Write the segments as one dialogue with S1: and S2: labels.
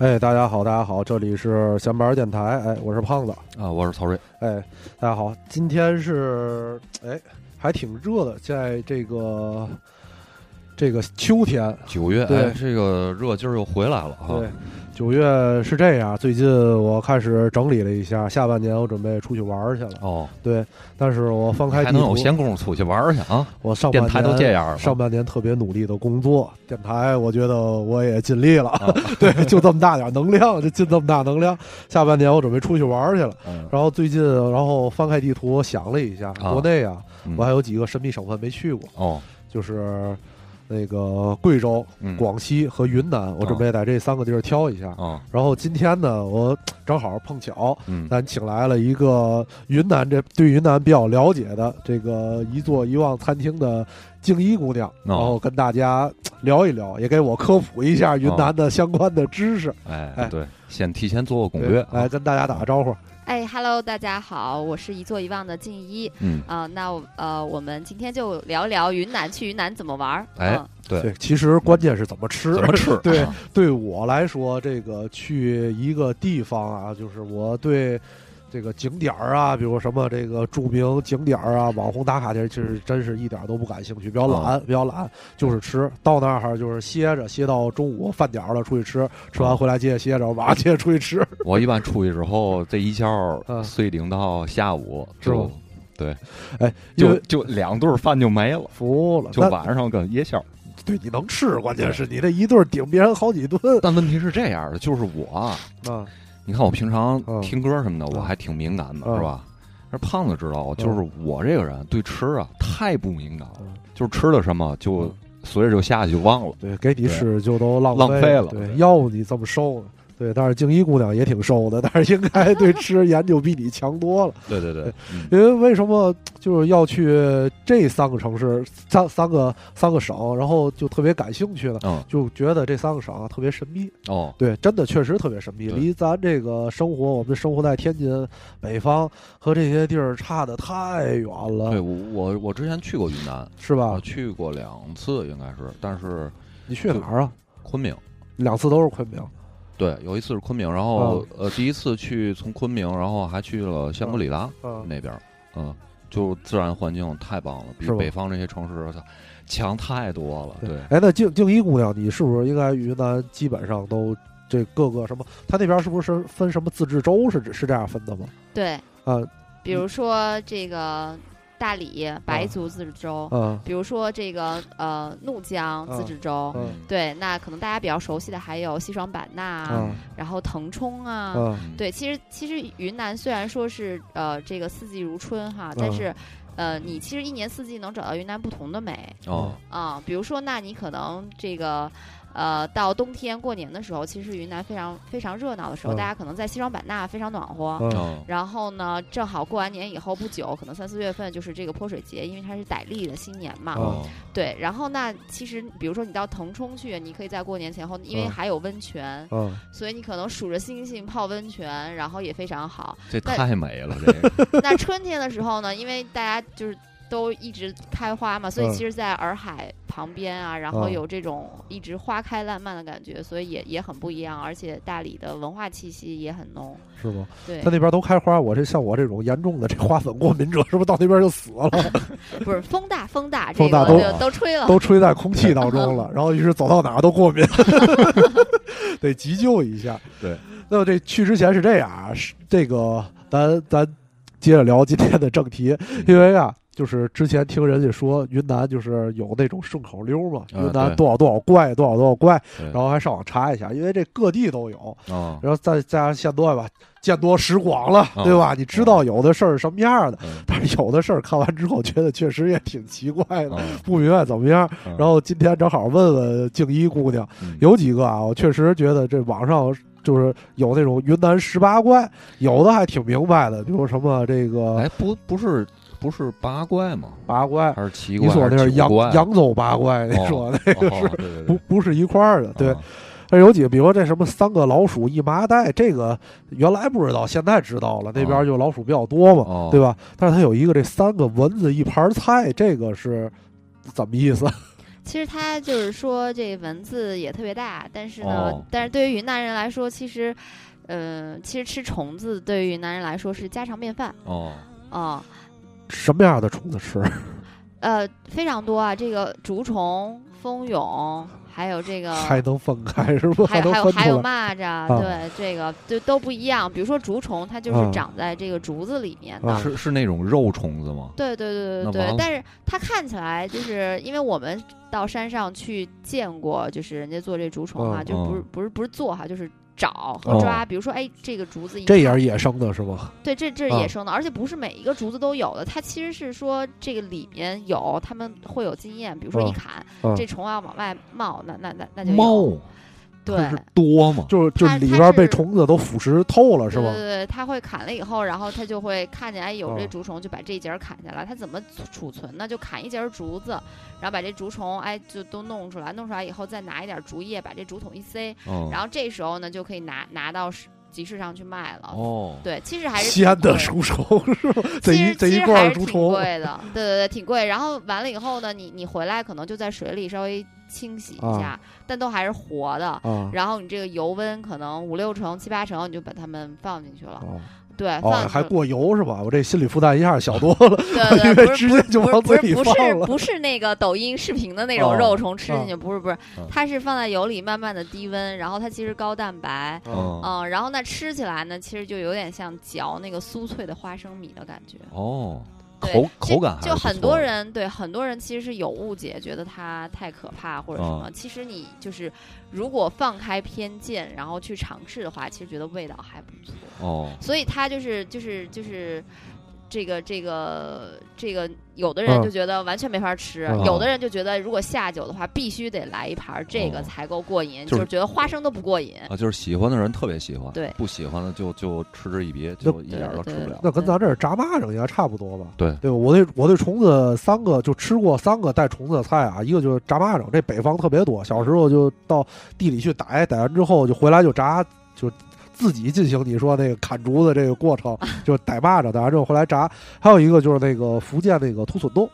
S1: 哎，大家好，大家好，这里是闲白电台，哎，我是胖子，
S2: 啊，我是曹睿。
S1: 哎，大家好，今天是哎还挺热的，在这个这个秋天，
S2: 九月，
S1: 对
S2: 哎，这个热劲儿又回来了哈。
S1: 对，九月是这样，最近我开始整理了一下，下半年我准备出去玩儿去了，
S2: 哦，
S1: 对，但是我翻开
S2: 还
S1: 地
S2: 能
S1: 图
S2: 有，闲工夫出去玩儿去啊？
S1: 我上半
S2: 电
S1: 年
S2: 台都这样了，
S1: 上半年特别努力的工作，电台我觉得我也尽力了，
S2: 啊
S1: 对，就这么大点儿能量，就尽这么大能量。下半年我准备出去玩儿去了，
S2: 嗯
S1: 然后最近然后翻开地图，我想了一下，
S2: 啊
S1: 国内啊，
S2: 嗯
S1: 我还有几个神秘省份没去过，
S2: 哦，
S1: 就是那个贵州、
S2: 嗯
S1: 广西和云南，我准备在这三个地儿挑一下。
S2: 啊，
S1: 然后今天呢，我正好碰巧，
S2: 嗯
S1: 咱请来了一个云南这对云南比较了解的这个一坐一望餐厅的静一姑
S2: 哦
S1: 娘，然后跟大家聊一聊，也给我科普一下云南的相关的知识。哎
S2: 哎，对，先提前做个攻略
S1: 对。哎来
S2: 啊
S1: 跟大家打个招呼。
S3: 哎，Hello，大家好，我是一坐一望的静一
S2: 嗯，
S3: 啊、那我呃，我们今天就聊聊云南，去云南怎么玩儿？
S2: 哎
S3: 嗯
S2: 对
S1: 对，其实关键是怎么吃。
S2: 怎么吃？
S1: 对
S2: 啊
S1: 对我来说，这个去一个地方啊，就是我对这个景点儿啊，比如什么这个著名景点儿啊、网红打卡地儿，其实真是一点儿都不感兴趣，比较
S2: 啊
S1: 懒，比较懒，就是吃。到那儿就是歇着，歇到中午饭点儿了，出去吃，吃
S2: 啊
S1: 完回来接着歇着，晚上接着出去吃。
S2: 我一般出去之后，这一觉儿
S1: 嗯
S2: 睡顶到下午，
S1: 是吗
S2: 就对，
S1: 哎，因
S2: 就
S1: 为
S2: 就两顿饭就没了，
S1: 服了，
S2: 就
S1: 那
S2: 晚上跟夜宵。
S1: 对你能吃，关键是你这一顿顶别人好几顿
S2: 但问题是这样的，就是我啊，
S1: 啊。
S2: 你看我平常
S1: 嗯
S2: 听歌什么的，我
S1: 嗯
S2: 还挺敏感的，
S1: 嗯
S2: 是吧？那胖子知道，就是我这个人对吃啊太不敏感了
S1: 嗯，
S2: 就是吃了什么就随着就下去就忘了。
S1: 对，给你吃就都浪
S2: 浪费了
S1: 对，
S2: 对
S1: 要不你这么瘦呢？对，但是静一姑娘也挺瘦的，但是应该对吃研究比你强多了。
S2: 对对对，嗯
S1: 因为为什么就是要去这三个城市、三三个三个省，然后就特别感兴趣呢？
S2: 嗯
S1: 就觉得这三个省啊特别神秘，
S2: 哦，
S1: 对，真的确实特别神秘，
S2: 对
S1: 离咱这个生活，我们生活在天津北方和这些地儿差的太远
S2: 对啊
S1: 了，
S2: 我我我之前去过云南，
S1: 是
S2: 我
S1: 吧？
S2: 去过两次应该是，但是
S1: 你去哪儿啊？
S2: 昆明。
S1: 两次都是昆明，
S2: 对，有一次是昆明，然后呃，第一次去从昆明，然后还去了香格里拉
S1: 嗯，
S2: 那边儿，嗯，就自然环境太棒了，比
S1: 是吧
S2: 北方这些城市强太多了。对，
S1: 哎，那静静一姑娘，你是不是应该云南基本上都这各个什么？他那边是不是分什么自治州是是这样分的吗？
S3: 对，
S1: 啊
S3: 比如说这个大理白族自治州，
S1: 啊
S3: 比如说这个呃怒江自治州。
S1: 嗯
S3: 对，那可能大家比较熟悉的还有西双版纳啊，
S1: 嗯
S3: 然后腾冲啊，
S1: 啊！
S2: 嗯，
S3: 对，其实其实云南虽然说是呃这个四季如春哈，
S1: 嗯
S3: 但是、呃你其实一年四季能找到云南不同的美
S2: 哦，
S3: 啊、比如说那你可能这个。呃，到冬天过年的时候，其实云南非常非常热闹的时候，
S1: 嗯
S3: 大家可能在西双版纳非常暖和。
S1: 嗯
S2: 哦，
S3: 然后呢，正好过完年以后不久，可能三四月份就是这个泼水节，因为它是傣历的新年嘛。
S1: 嗯
S2: 哦，
S3: 对，然后那其实比如说你到腾冲去，你可以在过年前后，因为
S1: 嗯
S3: 还有温泉，
S1: 嗯，
S3: 所以你可能数着星星泡温泉，然后也非常好。
S2: 这
S3: 那
S2: 太美了，这 个
S3: 那春天的时候呢，因为大家就是都一直开花嘛，所以其实，在洱海旁边啊，然后
S1: 嗯
S3: 有这种一直花开烂漫的感觉，所以也也很不一样。而且大理的文化气息也很浓，
S1: 啊是吗？
S3: 对
S1: 他，那边都开花，我这像我这种严重的这花粉过敏者，是不是到那边就死了？
S3: 不是风大风大，这
S1: 风大
S3: 个
S1: 都
S3: 就都吹了。
S1: 都吹在空气当中了，然后于是走到哪儿都过敏， 得急救一下。
S2: 对，
S1: 那么这去之前是这样啊，是这个咱咱接着聊今天的正题，因为啊。就是之前听人家说云南就是有那种顺口溜嘛，
S2: 啊
S1: 云南
S2: 对
S1: 多少多少怪，多少多少怪，
S2: 对
S1: 然后还上网查一下，因为这各地都有，
S2: 哦，
S1: 然后再再加上现在吧，见多识广了，
S2: 啊
S1: 对吧？你知道有的事儿是什么样的，
S2: 嗯
S1: 但是有的事儿看完之后觉得确实也挺奇怪的，
S2: 嗯
S1: 不明白怎么样。
S2: 嗯
S1: 然后今天正好问问静一姑娘，
S2: 嗯
S1: 有几个啊，我确实觉得这网上就是有那种云南十八怪，有的还挺明白的，比如什么这个
S2: 哎，不不是不是八怪吗？
S1: 八怪，
S2: 还是奇怪？
S1: 你说那是扬
S2: 九怪啊
S1: 扬州八怪，你
S2: 哦
S1: 说的
S2: 哦对对
S1: 不
S2: 对
S1: 不是一块儿的，对
S2: 啊。
S1: 但是有几个，比如说这什么三个老鼠一麻袋，这个原来不知道，现在知道了，那边就老鼠比较多嘛，
S2: 哦
S1: 对吧？但是它有一个这三个蚊子一盘菜，这个是怎么意思？
S3: 其实它就是说这文字也特别大，但是呢，
S2: 哦
S3: 但是对于云南人来说，其实，呃，其实吃虫子对于云南人来说是家常便饭
S2: 哦，
S3: 啊、
S1: 什么样的虫子吃？
S3: 呃，非常多啊，这个竹虫、蜂蛹，还有 这个。
S1: 还能分开是吧？
S3: 还有
S1: 能
S3: 还有
S1: 分啊
S3: 还
S1: 出来？
S3: 有蚂蚱，啊对这个就都不一样。比如说竹虫，它就是
S1: 嗯
S3: 长在这个竹子里面的，
S1: 啊
S2: 是是那种肉虫子吗？
S3: 对对对
S2: 那
S3: 对
S2: 完
S3: 对
S2: 了，
S3: 但是它看起来就是因为我们到山上去见过，就是人家做这竹虫哈、啊
S1: 嗯
S3: 就不是
S2: 嗯
S3: 不是不是做哈，就是找和抓。比如说，哎，这个竹子一
S1: 哦这也是野生的是吗？
S3: 对这这是
S1: 啊
S3: 野生的，而且不是每一个竹子都有的，它其实是说这个里面有，他们会有经验，比如说
S1: 嗯
S3: 一砍、
S1: 嗯
S3: 这虫要往外冒，那那那那就有
S2: 猫
S3: 对。
S2: 它是多吗？
S1: 啊就是就是
S3: 它
S1: 里
S3: 它
S1: 边被
S3: 是
S1: 虫子都腐蚀透了是
S3: 对对
S1: 吗？
S3: 对，它会砍了以后，然后它就会看见哎有这
S1: 哦
S3: 竹虫，就把这一节儿砍下来。它怎么储储存呢？就砍一节儿竹子，然后把这竹虫哎就都弄出来，弄出来以后再拿一点儿竹叶把这竹筒一塞，
S1: 哦
S2: 嗯
S3: 然后这时候呢就可以拿拿到市集市上去卖了。
S2: 哦，
S3: 对，其实还是
S1: 西安的
S3: 挺
S1: 竹
S3: 贵
S1: 虫是吧？这
S3: 其
S1: 一
S3: 实
S1: 这
S3: 其
S1: 一
S3: 实
S1: 罐
S3: 还
S1: 儿
S3: 是
S1: 竹
S3: 挺
S1: 虫，
S3: 贵的，对对对，挺贵。然后完了以后呢，你你回来可能就在水里稍微清洗一
S1: 啊
S3: 下，但都还是活的。
S1: 啊
S3: 然后你这个油温可能五六成、七八成，你就把它们放进去了。
S1: 哦
S3: 对，放
S1: 哦，
S3: 进
S1: 还
S3: 去了
S1: 过油是吧？我这心理负担一下小多了，
S3: 对对，
S1: 因
S3: 对
S1: 为
S3: 不是
S1: 直接就往
S3: 不
S1: 嘴
S3: 是
S1: 里
S3: 不
S1: 放
S3: 是不是
S1: 了。
S3: 不是那个抖音视频的那种
S1: 哦
S3: 肉虫吃
S1: 哦
S3: 进去，不是不是
S2: 嗯，
S3: 它是放在油里慢慢的低温，然后它其实高蛋白，
S2: 嗯
S1: 哦
S3: 嗯，然后那吃起来呢，其实就有点像嚼那个酥脆的花生米的感觉。
S2: 哦，
S3: 对
S2: 口
S3: 这
S2: 口感还是
S3: 就
S2: 不
S3: 很
S2: 错
S3: 多
S2: 的
S3: 人对很多人其实是有误解，觉得它太可怕或者什
S1: 哦
S3: 么。其实你就是如果放开偏见，然后去尝试的话，其实觉得味道还不错。
S2: 哦，
S3: 所以他就是就是就是这个这个这个，有的人
S1: 嗯
S3: 就觉得完全没法吃，
S1: 嗯
S3: 有的人就觉得如果下酒的话，必须得来一盘儿这个
S1: 嗯
S2: 哦
S3: 才够过瘾，
S2: 就是
S3: 是觉得花生都不过瘾。
S2: 啊，就是喜欢的人特别喜欢，
S3: 对
S2: 不喜欢的就就嗤之以鼻，就一点儿都吃不了。
S1: 那跟咱这儿炸蚂蚱应该差不多吧？
S2: 对
S1: 对吧，我对我对虫子三个就吃过三个带虫子的菜啊，一个就是炸蚂蚱，这北方特别多。小时候就到地里去逮，逮完之后就回来就炸，就自己进行你说那个砍竹子这个过 程，就是逮蚂蚱，逮完之后回来炸。还有一个就是那个福建那个土笋冻，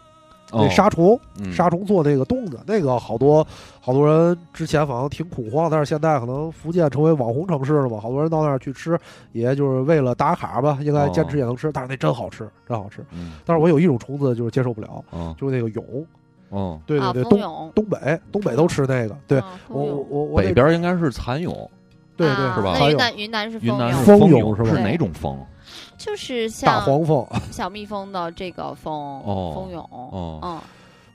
S1: 那
S2: 哦
S1: 杀虫，
S2: 嗯
S1: 杀虫做那个冻子，那个好多好多人之前好像挺恐慌，但是现在可能福建成为网红城市了嘛，好多人到那儿去吃，也就是为了打卡
S2: 哦
S1: 吧，应该坚持也能吃，但是那真好吃，真好吃。
S2: 嗯
S1: 但是我有一种虫子就是接受不了，
S2: 嗯
S1: 就是那个蛹，
S2: 嗯，
S1: 对对
S3: 啊，
S1: 对，东
S3: 蜂蛹，
S1: 东北东北都吃那个，对
S3: 啊蜂
S1: 我
S3: 蛹
S1: 我我我
S2: 北
S1: 那
S2: 边儿应该是蚕蛹，
S1: 对对
S3: 啊
S2: 是吧
S3: 那
S1: 还
S3: 云
S1: 有
S3: 南云南是
S2: 云
S3: 蜂
S2: 南
S3: 蛹，
S1: 蜂
S2: 蜂
S1: 蛹是吧
S3: 对
S2: 哪种蜂？
S3: 就是
S1: 大
S3: 像
S1: 黄蜂，
S3: 小蜜蜂的这个蜂
S2: 哦
S3: 蜂蛹，
S2: 哦，
S3: 嗯，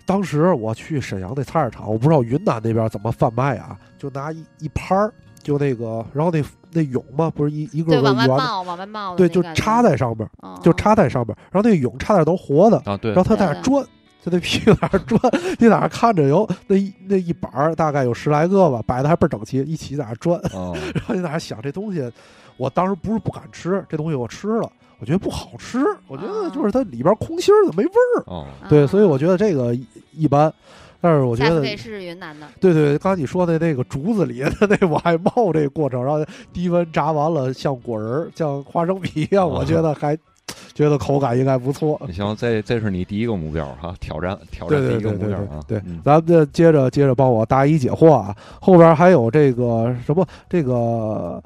S1: 当时我去沈阳那菜市场，我不知道云南那边怎么贩卖啊，就拿一一盘儿，就那个，然后那那蛹嘛，不是一一个
S3: 对，
S1: 个
S3: 往外
S1: 圆的，
S3: 冒，往外冒的
S1: 对，
S3: 那
S1: 就
S3: 感觉，
S1: 插在上面，
S3: 嗯，
S1: 就
S3: 嗯
S1: 插在上面，然后那个蛹插在都活的，
S2: 啊对
S1: 然后，它在那
S3: 对对
S1: 转，就那屁股在那转，你在那看着有那一那一板儿大概有十来个吧，摆的还倍儿整齐，一起在那转，
S2: 哦
S1: 然后你在那想这东西，我当时不是不敢吃，这东西我吃了，我觉得不好吃，我觉得就是它里边空心儿的没味儿，
S2: 哦，
S1: 对，
S3: 哦嗯
S1: 所以我觉得这个一一般，但是我觉
S3: 下次
S1: 得
S3: 可以试试云南的，
S1: 对对，刚才你说的那个竹子里的 那往外冒这个过程，然后低温炸完了，像果仁儿、像花生米一样，我觉得还觉得口感应该不错。
S2: 你行，这这是你第一个目标哈，挑战挑
S1: 对
S2: 战第
S1: 对
S2: 一个
S1: 对
S2: 目
S1: 对
S2: 标
S1: 对
S2: 啊，，
S1: 对
S2: 嗯，
S1: 咱们就接着接着帮我答疑解惑啊。后边还有这个什么这个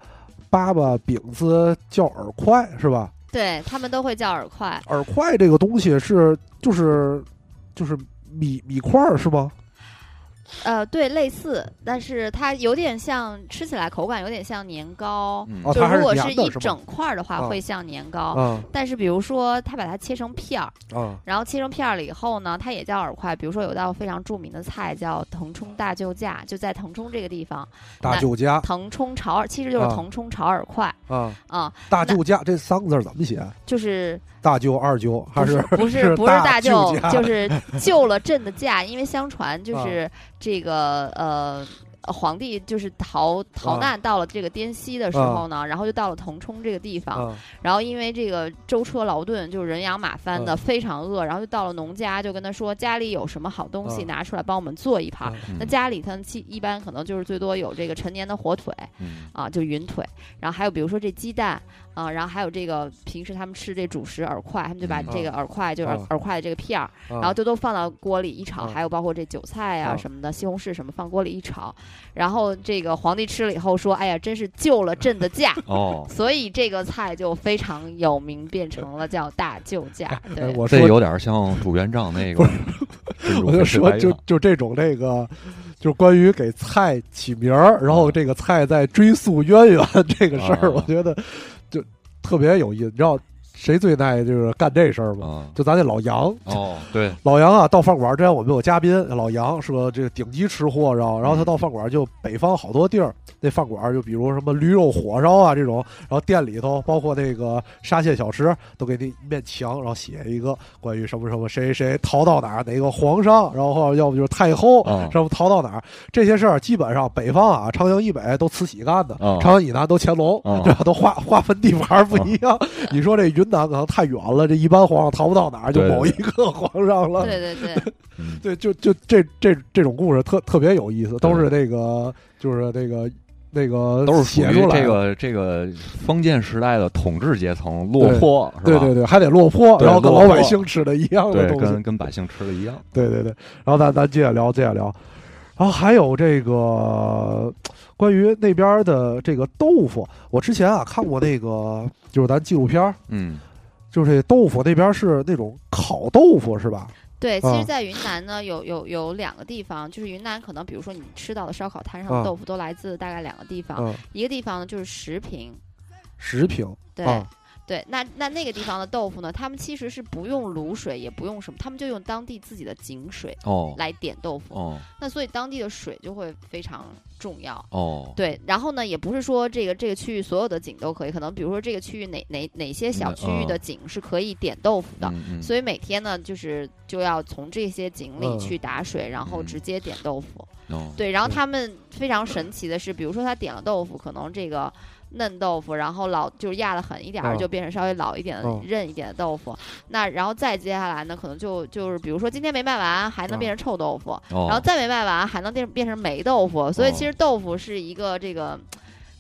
S1: 粑粑饼子叫饵块是吧？
S3: 对他们都会叫饵块，
S1: 饵块这个东西是就是就是米米块儿是吗？
S3: 呃，对，类似，但是它有点像，吃起来口感有点像年糕。
S2: 嗯
S1: 哦
S3: 就
S1: 它还
S3: 如
S1: 是
S3: 果
S1: 粘
S3: 是
S1: 的
S3: 一
S1: 是吗
S3: 整块儿的话，
S1: 啊
S3: 会像年糕。
S1: 啊
S3: 但是比如说，它把它切成片儿，
S1: 啊
S3: 然后切成片儿了以后呢，它也叫饵块。比如说有道非常著名的菜叫腾冲大救驾，就在腾冲这个地方，
S1: 大
S3: 那
S1: 舅家
S3: 腾冲炒饵其实就是
S1: 啊
S3: 腾冲炒饵块
S1: 啊
S3: 啊、
S1: 大舅家这三个字儿怎么写？啊
S3: 就是
S1: 大舅、二舅还
S3: 不
S1: 是
S3: 不是不是
S1: 大
S3: 大
S1: 舅
S3: 舅
S1: 家，啊
S3: 就是救了朕的驾，因为相传就是这个呃呃皇帝就是逃逃
S1: 啊
S3: 难到了这个滇西的时候呢，然后就到了腾冲这个 地方，
S1: 啊
S3: 然后因为这个舟车劳顿，就是人仰马翻的，
S1: 嗯
S3: 非常饿，然后就到了农家，就跟他说家里有什么好东西
S1: 嗯
S3: 拿出来帮我们做一盘儿。
S2: 嗯
S3: 那家里头其一般可能就是最多有这个陈年的火腿
S2: 嗯
S3: 啊，就云腿，然后还有比如说这鸡蛋啊，然后还有这个平时他们吃这主食饵块，他们就把
S2: 嗯
S3: 这个饵块就是
S1: 啊
S3: 饵饵块的这个片儿，
S1: 然
S3: 然后就都放到锅里一炒，
S1: 啊
S3: 还有包括这韭菜啊
S1: 啊
S3: 什么的、西红柿什么放锅里一炒，然后这个皇帝吃了以后说：“哎呀，真是救了朕的驾。”
S2: 哦，
S3: 所以这个菜就非常有名，变成了叫大救 驾。对，
S1: 哎我
S2: 这
S1: 说
S2: 有点像朱元璋那个真主
S1: 我就
S2: 粉碎
S1: 说
S2: 白
S1: 就
S2: 糖，
S1: 就这种这个，就是关于给菜起名儿，然后这个菜在追溯渊源这个事
S2: 嗯啊
S1: 儿，我觉得就特别有意思。你知道谁最爱就是干这事儿吗？
S2: 啊
S1: 就咱那老杨，
S2: 哦，对，
S1: 老杨啊，到饭馆儿之前我们有嘉宾，老杨是个这个顶级吃货，然
S2: 嗯
S1: 后然后他到饭馆儿就北方好多地儿，那饭馆儿就比如什么驴肉火烧啊这种，然后店里头包括那个沙县小吃，都给那一面墙，然后写一个关于什么什么谁谁谁逃到哪儿哪个皇上，然后要不就是太后，
S2: 啊
S1: 什么逃到哪儿这些事儿，基本上北方啊，长江以北都慈禧干的，
S2: 啊
S1: 长江以南都乾隆，
S2: 啊
S1: 这 都划划分地盘儿不一 样。
S2: 嗯
S1: 你说这云南可能太远了，这一般皇上逃不到哪儿，就
S2: 对
S1: 某一个皇上了。
S3: 对对 对，
S2: 嗯
S1: 对，就就这这这种故事特特别有意思，都是那个就是那个那个
S2: 都是属
S1: 写
S2: 于
S1: 出来
S2: 这
S1: 的。
S2: 个这个封建时代的统治阶层落魄，是
S1: 对
S2: 吧？
S1: 对对，还得落魄，
S2: 对
S1: 然后跟
S2: 落魄
S1: 老百姓吃的一样的
S2: 对，
S1: 东西。
S2: 跟跟百姓吃的一样，
S1: 对对对，然后咱咱接着聊，接着聊，然后还有这个关于那边的这个豆腐，我之前啊看过那个就是咱纪录片儿，
S2: 嗯
S1: 就是这豆腐那边是那种烤豆腐是吧？
S3: 对。其
S1: 啊
S3: 实，在云南呢，有有有两个地方，就是云南可能，比如说你吃到的烧烤摊上
S1: 啊
S3: 的豆腐，都来自大概两个地方。
S1: 嗯，
S3: 一个地方呢就是石屏，
S1: 食品
S3: 对、
S2: 哦
S1: 啊
S3: 对，那那那个地方的豆腐呢，他们其实是不用卤水，也不用什么，他们就用当地自己的井水
S2: 哦
S3: 来点豆腐。
S2: 哦
S3: 那所以当地的水就会非常重要。
S2: 哦，
S3: 对，然后呢，也不是说这个这个区域所有的井都可以，可能比如说这个区域哪哪哪些小
S2: 嗯
S3: 区域的
S2: 嗯
S3: 井是可以点豆腐的，
S2: 嗯嗯，
S3: 所以每天呢，就是就要从这些井里
S1: 嗯
S3: 去打水，然后
S2: 嗯
S3: 直接点豆腐。
S2: 哦
S3: 对，然后
S1: 对
S3: 他们非常神奇的是，比如说他点了豆腐，可能这个嫩豆腐，然后老就是压的狠一点儿，
S1: 嗯
S3: 就变成稍微老一点的、
S1: 嗯
S3: 韧一点的豆腐。那然后再接下来呢，可能就就是比如说今天没卖完，还能变成臭豆腐，
S2: 哦，
S3: 然后再没卖完，还能变变成霉豆腐。所以其
S2: 哦
S3: 实豆腐是一个这个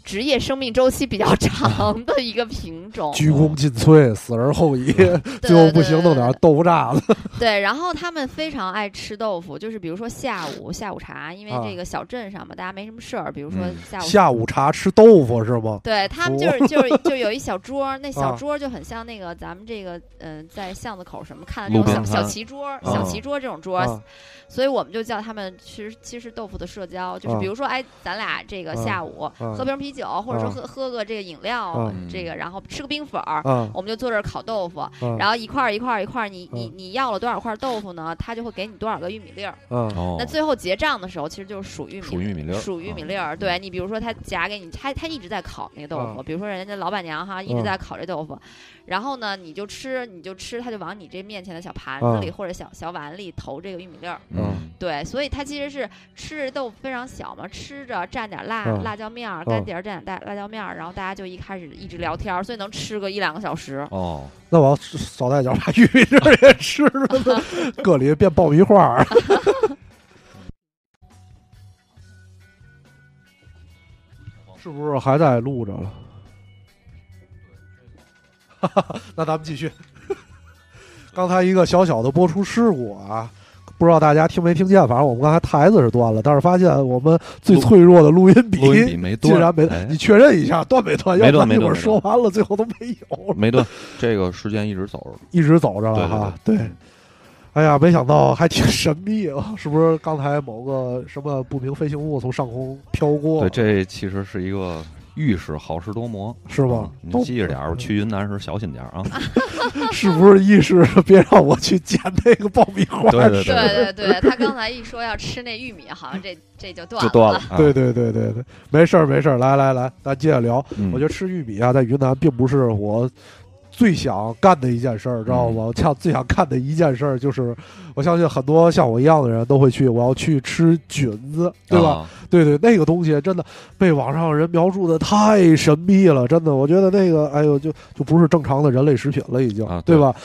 S3: 职业生命周期比较长的一个品种。
S1: 鞠躬尽瘁，死而后已，
S3: 对
S1: 最后不行
S3: 对
S1: 弄
S3: 对
S1: 点豆腐渣子。
S3: 对，然后他们非常爱吃豆腐，就是比如说下午下午茶，因为
S1: 啊
S3: 这个小镇上嘛，大家没什么事儿，比如说
S2: 嗯
S3: 下午。
S1: 下午茶吃豆腐是吗？
S3: 对他们
S1: 哦
S3: 就是就是就有一小 桌儿，那小
S1: 啊
S3: 桌儿就很像那个咱们这个嗯、呃在巷子口什么看的
S2: 路
S3: 那种
S2: 边
S3: 小小
S2: 摊
S3: 棋桌儿、小
S2: 啊
S3: 棋桌儿这种桌儿，
S1: 啊
S3: 所以我们就叫他们其实其实豆腐的社交，就是
S1: 啊
S3: 比如说，哎，咱俩这个
S1: 啊
S3: 下午
S1: 啊
S3: 喝瓶啤酒，或者说
S1: 啊
S3: 喝喝个这个饮料
S1: 啊，
S2: 嗯
S3: 这个然后吃个冰粉儿，
S1: 啊
S3: 我们就坐这儿烤豆腐，
S1: 啊
S3: 然后一块儿一块儿一块儿，你你
S1: 啊
S3: 你要了多少块豆腐呢？他就会给你多少个玉米粒儿。
S1: 啊！
S2: 哦
S3: 那最后结账的时候，其实就是数玉米，
S2: 数玉米粒儿
S3: 数玉米粒儿。对你，比如说他夹给你，他他一直在烤那个豆腐，
S1: 啊
S3: 比如说人家老板娘哈一直在烤这豆腐，然后呢你就吃你就吃，他就往你这面前的小盘子
S1: 啊
S3: 里或者小小碗里投这个玉米粒儿。
S2: 嗯
S3: 对，所以它其实是吃着豆腐非常小嘛，吃着蘸点辣、
S1: 嗯
S3: 辣椒面儿，
S1: 嗯
S3: 干碟儿蘸点辣辣椒面儿，然后大家就一开始一直聊天儿，所以能吃个一两个小时。
S2: 哦
S1: 那我要少带点儿把玉米粒儿也吃了，个里变爆米花儿。是不是还在录着了？ 那咱们继续。刚才一个小小的播出事故啊，不知道大家听没听见，反正我们刚才台子是断了，但是发现我们最
S2: 录
S1: 脆弱的录音
S2: 录音笔没
S1: 竟
S2: 断
S1: 然没，
S2: 哎
S1: 你确认一下断没断？
S2: 没
S1: 要不然
S2: 断没
S1: 一会
S2: 断
S1: 儿
S2: 没
S1: 说
S2: 断
S1: 完了，最后都没有了。
S2: 没断，这个时间一直走着，
S1: 一直走着了哈。对哎呀，没想到还挺神秘啊！ 是不是刚才某个什么不明飞行物从上空飘过？
S2: 对，这其实是一个预示，好事多磨，
S1: 是吗
S2: 啊？你
S1: 都
S2: 记着点儿，去云南时候小心点儿啊。
S1: 是不是意识 别让我去捡那个爆米花？
S2: 对对
S1: 是
S3: 对对对，他刚才一说要吃那玉米，好像这这就断
S2: 就
S3: 了。
S2: 断了。
S1: 对对对对对，没事儿没事儿，来来来，咱接着聊。
S2: 嗯，
S1: 我觉得吃玉米啊，在云南并不是我最想干的一件事儿，知
S2: 嗯
S1: 道吗？我想 最想干的一件事儿就是，我相信很多像我一样的人都会去，我要去吃菌子，对吧？
S2: 啊
S1: 对对，那个东西真的被网上人描述的太神秘了，真的，我觉得那个，哎呦，就就不是正常的人类食品了，已经，
S2: 啊
S1: 对
S2: 对
S1: 吧？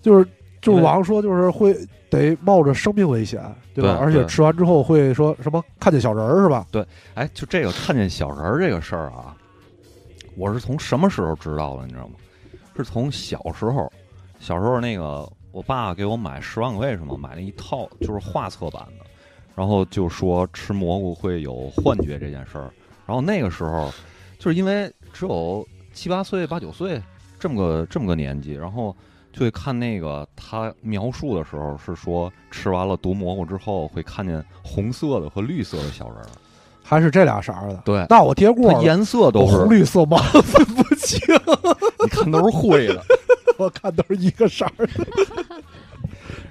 S1: 就是就
S2: 因
S1: 是
S2: 为
S1: 网上说，就是会得冒着生命危险，对吧？
S2: 对
S1: 而且
S2: 对
S1: 吃完之后会说什么看见小人儿是吧？
S2: 哎，就这个看见小人儿这个事儿啊，我是从什么时候知道的？你知道吗？是从小时候，小时候那个我爸给我买《十万个为什么》，买了一套就是画册版的，然后就说吃蘑菇会有幻觉这件事儿。然后那个时候，就是因为只有七八岁、八九岁这么个这么个年纪，然后就会看那个他描述的时候是说吃完了毒蘑菇之后会看见红色的和绿色的小人儿。
S1: 还是这俩色儿的？
S2: 对，
S1: 那我贴过
S2: 它
S1: 了，
S2: 颜色
S1: 我
S2: 都是
S1: 红，绿色盲分不清，
S2: 你看都是灰的。
S1: 我看都是一个色儿。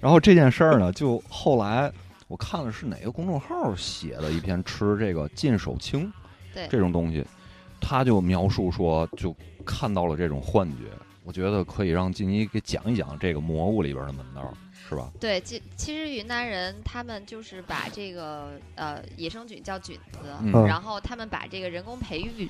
S2: 然后这件事儿呢，就后来我看了是哪个公众号写的一篇吃这个近手青
S3: 对
S2: 这种东西，他就描述说就看到了这种幻觉。我觉得可以让静一给讲一讲这个蘑菇里边的门道，是吧？
S3: 对，其其实云南人他们就是把这个呃野生菌叫菌子，
S2: 嗯
S1: 嗯
S3: 然后他们把这个人工培育、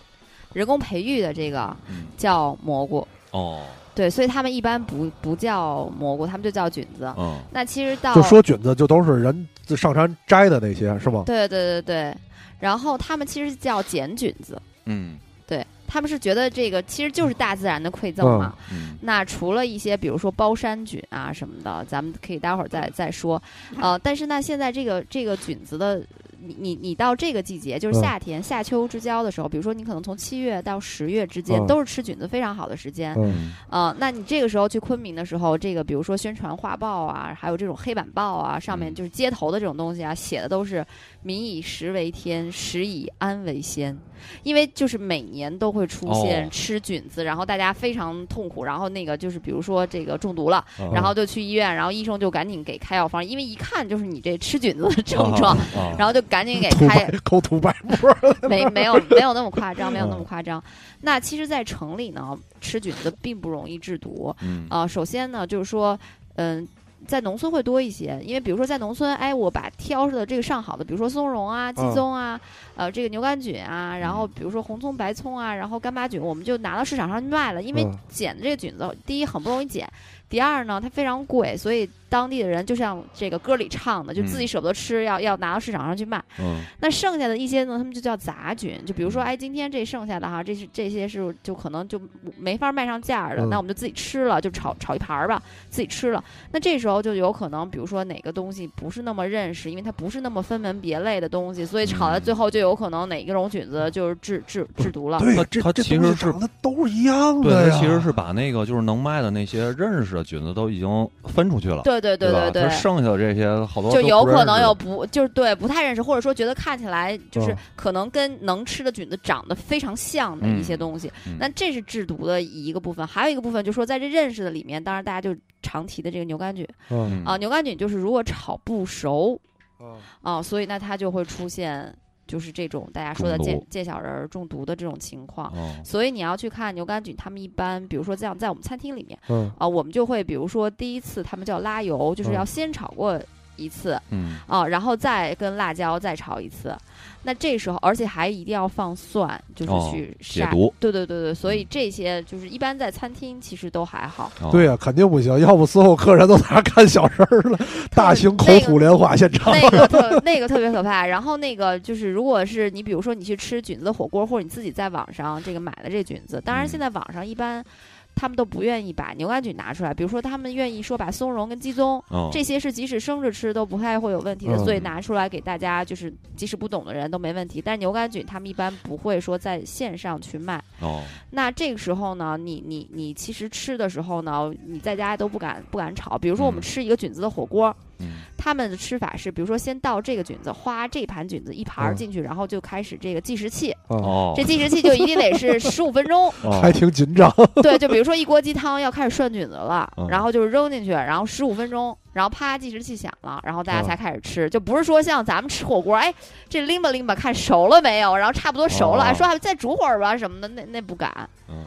S3: 人工培育的这个
S2: 嗯，
S3: 叫蘑菇。
S2: 哦，
S3: 对，所以他们一般不不叫蘑菇，他们就叫菌子。
S2: 嗯，
S3: 那其实到
S1: 就说菌子就都是人上山摘的那些是吗？
S3: 对对对对，然后他们其实叫碱菌子，
S2: 嗯，
S3: 对他们是觉得这个其实就是大自然的馈赠嘛。
S2: 嗯，
S3: 那除了一些比如说包山菌啊什么的，咱们可以待会儿
S1: 嗯
S3: 再再说。呃，但是那现在这个这个菌子的。你你你到这个季节，就是
S1: 嗯
S3: 夏天、夏秋之交的时候，比如说你可能从七月到十月之间，
S1: 嗯
S3: 都是吃菌子非常好的时间。
S1: 嗯
S2: 嗯，
S3: 呃，那你这个时候去昆明的时候，这个比如说宣传画报啊，还有这种黑板报啊，上面
S2: 嗯
S3: 就是街头的这种东西啊，写的都是“民以食为天，食以安为先”，因为就是每年都会出现
S2: 哦
S3: 吃菌子，然后大家非常痛苦，然后那个就是比如说这个中毒了，
S2: 嗯
S3: 然后就去医院，然后医生就赶紧给开药方，因为一看就是你这吃菌子的症 状，
S2: 啊啊
S3: 然后就赶紧给
S1: 吐
S3: 开
S1: 白抠吐白沫儿，
S3: 没没 有没有那么夸张，没有那
S2: 嗯
S3: 么夸张。那其实，在城里呢，吃菌子并不容易制毒。
S2: 嗯
S3: 啊。首先呢，就是说，嗯、在农村会多一些，因为比如说在农村，哎，我把挑的这个上好的，比如说松茸啊、鸡
S1: 嗯
S3: 枞啊、呃这个牛肝菌啊，然后比如说红葱、白葱啊，然后干巴菌，我们就拿到市场上去卖了。因为
S1: 嗯
S3: 捡的这个菌子，第一很不容易捡，第二呢它非常贵，所以当地的人就像这个歌里唱的，就自己
S2: 嗯
S3: 舍不得吃，要要拿到市场上去卖。
S2: 嗯
S3: 那剩下的一些呢，他们就叫杂菌，就比如说，哎，今天这剩下的哈，这是这些是就可能就没法卖上价儿的，
S1: 嗯
S3: 那我们就自己吃了，就炒炒一盘儿吧，自己吃了。那这时候就有可能，比如说哪个东西不是那么认识，因为它不是那么分门别类的东西，所以炒到
S2: 嗯
S3: 最后就有可能哪个种菌子就是制制制毒了。
S1: 对
S2: 它，
S1: 这
S2: 它
S1: 这
S2: 其
S1: 东西
S2: 实是
S1: 长得都是一样
S2: 对，啊
S1: 的呀。
S2: 它其实是把那个就是能卖的那些认识的菌子都已经分出去了，
S3: 对对对
S2: 吧？
S3: 对对
S2: 它，剩下的这些好多
S3: 就
S2: 都
S3: 有
S2: 不认
S3: 可能
S2: 识
S3: 有不就是对不太认识，或者说觉得看起来就是
S1: 嗯
S3: 可能跟能吃的菌子长得非常像的一些东西。
S2: 嗯嗯
S3: 那这是制毒的一个部分，还有一个部分就是说在这认识的里面，当然大家就常提的这个牛肝菌
S1: 嗯
S2: 嗯
S3: 啊、牛肝菌就是如果炒不熟
S1: 嗯
S3: 啊、所以那它就会出现就是这种大家说的
S2: 中毒
S3: 见见小人儿中毒的这种情况。
S2: 哦
S3: 所以你要去看牛肝菌，他们一般，比如说这样，在我们餐厅里面
S1: 嗯
S3: 啊、我们就会，比如说第一次他们叫拉油，就是
S1: 嗯
S3: 要先炒过一次，
S2: 嗯
S3: 啊，然后再跟辣椒再炒一次。那这时候，而且还一定要放蒜，就是
S2: 哦
S3: 去
S2: 解
S3: 杀。
S1: 啊
S2: 毒嗯
S3: 对对对对，所以这些就是一般在餐厅其实都还 好。
S2: 哦
S1: 对呀、啊肯定不行，要不所有客人都在那儿看小人 儿了，大型口吐莲花现场。
S3: 那个特那个特别可怕。然后那个就是，如果是你比如说你去吃菌子火锅，或者你自己在网上这个买了这菌子，当然
S2: 嗯
S3: 现在网上一般他们都不愿意把牛肝菌拿出来，比如说他们愿意说把松茸跟鸡枞
S2: 哦
S3: 这些是即使生着吃都不太会有问题的，
S1: 嗯
S3: 所以拿出来给大家就是即使不懂的人都没问题。但是牛肝菌他们一般不会说在线上去卖。
S2: 哦
S3: 那这个时候呢，你你你其实吃的时候呢，你在家都不敢不敢炒。比如说我们
S2: 嗯
S3: 吃一个菌子的火锅，
S2: 嗯
S3: 他们的吃法是，比如说先倒这个菌子，花这盘菌子一盘儿
S1: 嗯
S3: 进去，然后就开始这个计时器。
S1: 啊，
S2: 哦
S3: 这计时器就一定得是十五分钟。
S2: 哦
S1: 还挺紧张。
S3: 对，就比如说一锅鸡汤要开始涮菌子了，
S2: 嗯
S3: 然后就是扔进去，然后十五分钟，然后啪计时器响了，然后大家
S1: 嗯
S3: 才开始吃，就不是说像咱们吃火锅，哎，这拎吧拎吧看熟了没有，然后差不多熟了，
S2: 哦
S3: 哎，说还再煮会儿吧什么的，那那不敢。
S2: 嗯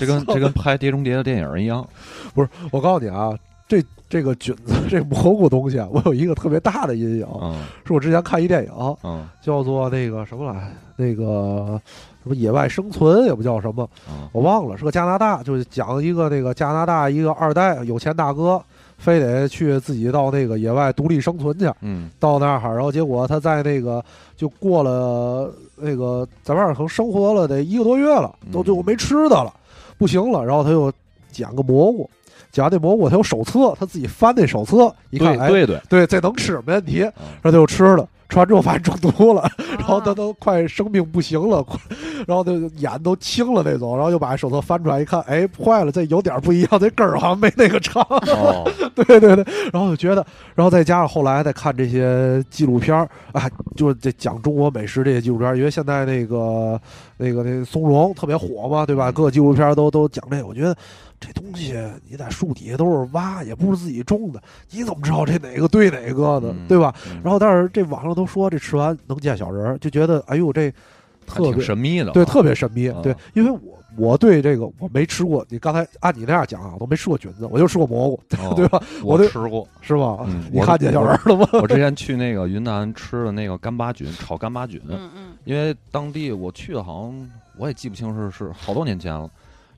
S2: 这跟这跟拍《碟中谍》的电影一样，
S1: 不是，我告诉你啊，这这个菌子 这蘑菇东西啊，我有一个特别大的阴影，
S2: 嗯
S1: 是我之前看一电影
S2: 嗯
S1: 啊叫做那个什么来，那个什么野外生存也不叫什么，
S2: 嗯
S1: 我忘了，是个加拿大，就是讲一个那个加拿大一个二代有钱大哥。非得去自己到那个野外独立生存去，
S2: 嗯
S1: 到那儿哈，然后结果他在那个就过了那个在外儿可能生活了得一个多月了，都
S2: 嗯
S1: 就没吃的了，不行了，然后他又捡个蘑菇，捡那蘑菇他有手册，他自己翻那手册，一看
S2: 嗯对
S1: 哎，
S2: 对对，
S1: 对，这能吃没问题，然
S2: 嗯啊
S1: 后他就吃了，吃完之后发现中毒了，
S3: 然
S1: 然后他都快生病不行了， 快然后就眼都青了那种，然后又把手册翻出来一看，哎，坏了，这有点不一样，这根儿好像没那个长。
S2: 哦，
S1: 对对对，然后就觉得，然后再加上后来再看这些纪录片儿啊，就是这讲中国美食这些纪录片儿，因为现在那个那个那松茸特别火嘛，对吧？
S2: 嗯
S1: 各个纪录片儿都都讲这个，我觉得这东西你在树底下都是挖，也不是自己种的，你怎么知道这哪个对哪个呢？
S2: 嗯
S1: 对吧？
S2: 嗯
S1: 然后但是这网上都说这吃完能见小人儿，就觉得哎呦这
S2: 还
S1: 特
S2: 挺
S1: 别
S2: 神秘的，
S1: 对，特别神秘
S2: 啊。
S1: 对，因为我我对这个我没吃过，你刚才按你那样讲啊，我都没吃过菌子，我就吃过蘑菇，
S2: 哦
S1: 对吧？我
S2: 我
S1: 对
S2: 吃过，
S1: 是吧？
S2: 嗯
S1: 你
S2: 我
S1: 看见小人儿了吗？
S2: 我之前去那个云南吃的那个干巴菌，炒 干巴菌，
S3: 嗯嗯
S2: 因为当地我去的好像我也记不清是是好多年前了，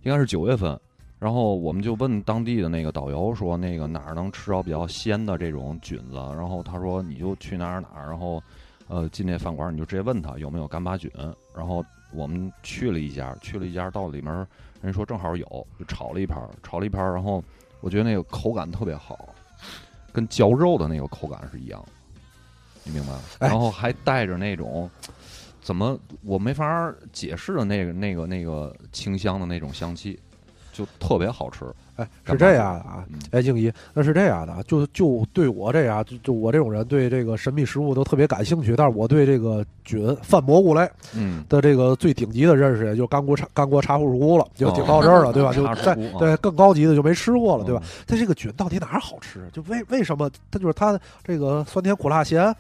S2: 应该是九月份。然后我们就问当地的那个导游说，那个哪儿能吃到比较鲜的这种菌子？然后他说你就去哪儿哪儿，然后呃进那饭馆你就直接问他有没有干巴菌。然后我们去了一家，去了一家到里面，人家说正好有，就炒了一盘儿，炒了一盘儿。然后我觉得那个口感特别好，跟嚼肉的那个口感是一样的，你明白吗？
S1: 哎
S2: 然后还带着那种怎么我没法儿解释的那个那个那个清香的那种香气，就特别好吃。
S1: 哎， 是这样的啊
S2: 嗯，
S1: 哎，静怡，那是这样的啊，就就对我这样，就就我这种人对这个神秘食物都特别感兴趣，但是我对这个菌泛蘑菇类
S2: 嗯，
S1: 的这个最顶级的认识，也就干锅茶干锅茶户熟了，就顶到这儿了，
S3: 哦
S1: 对吧？就
S2: 茶
S1: 在
S2: 树菇啊
S1: 对更高级的就没吃过了，对吧？
S2: 嗯？
S1: 但这个菌到底哪儿好吃？啊就为为什么它就是它这个酸甜苦辣咸，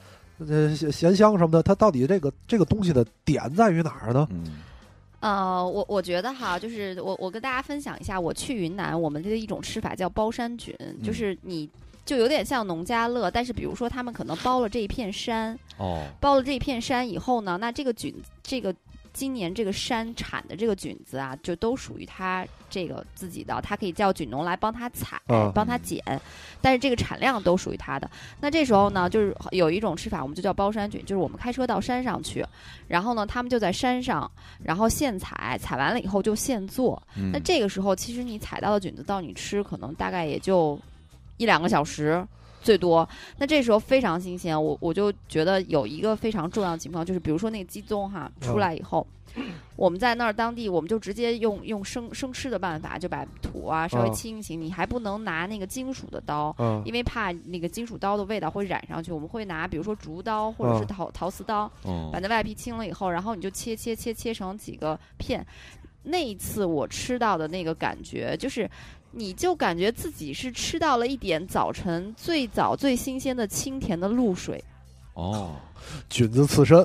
S1: 呃咸咸香什么的，它到底这个这个东西的点在于哪儿呢？
S2: 嗯
S3: 呃，我我觉得哈，就是我我跟大家分享一下，我去云南，我们的一种吃法叫包山菌，
S1: 嗯
S3: 就是你就有点像农家乐，但是比如说他们可能包了这一片山，
S2: 哦，
S3: 包了这一片山以后呢，那这个菌这个。今年这个山产的这个菌子啊，就都属于他这个自己的，他可以叫菌农来帮他采、
S1: 啊
S3: 帮他捡，但是这个产量都属于他的。那这时候呢，就是有一种吃法，我们就叫包山菌，就是我们开车到山上去，然后呢，他们就在山上，然后现采，采完了以后就现做。
S2: 嗯
S3: 那这个时候，其实你采到的菌子到你吃，可能大概也就一两个小时。最多，那这时候非常新鲜，我我就觉得有一个非常重要的情况，就是比如说那个鸡枞哈
S1: 嗯
S3: 出来以后，我们在那儿当地，我们就直接用用生生吃的办法，就把土啊稍微
S1: 嗯
S3: 清一清，你还不能拿那个金属的刀，
S1: 啊
S3: 嗯因为怕那个金属刀的味道会染上去，我们会拿比如说竹刀或者是
S1: 嗯
S3: 陶、陶瓷刀，
S2: 嗯
S3: 把那外皮清了以后，然后你就切切切切成几个片。那一次我吃到的那个感觉就是。你就感觉自己是吃到了一点早晨最早最新鲜的清甜的露水，
S2: 哦，
S1: 菌子刺身，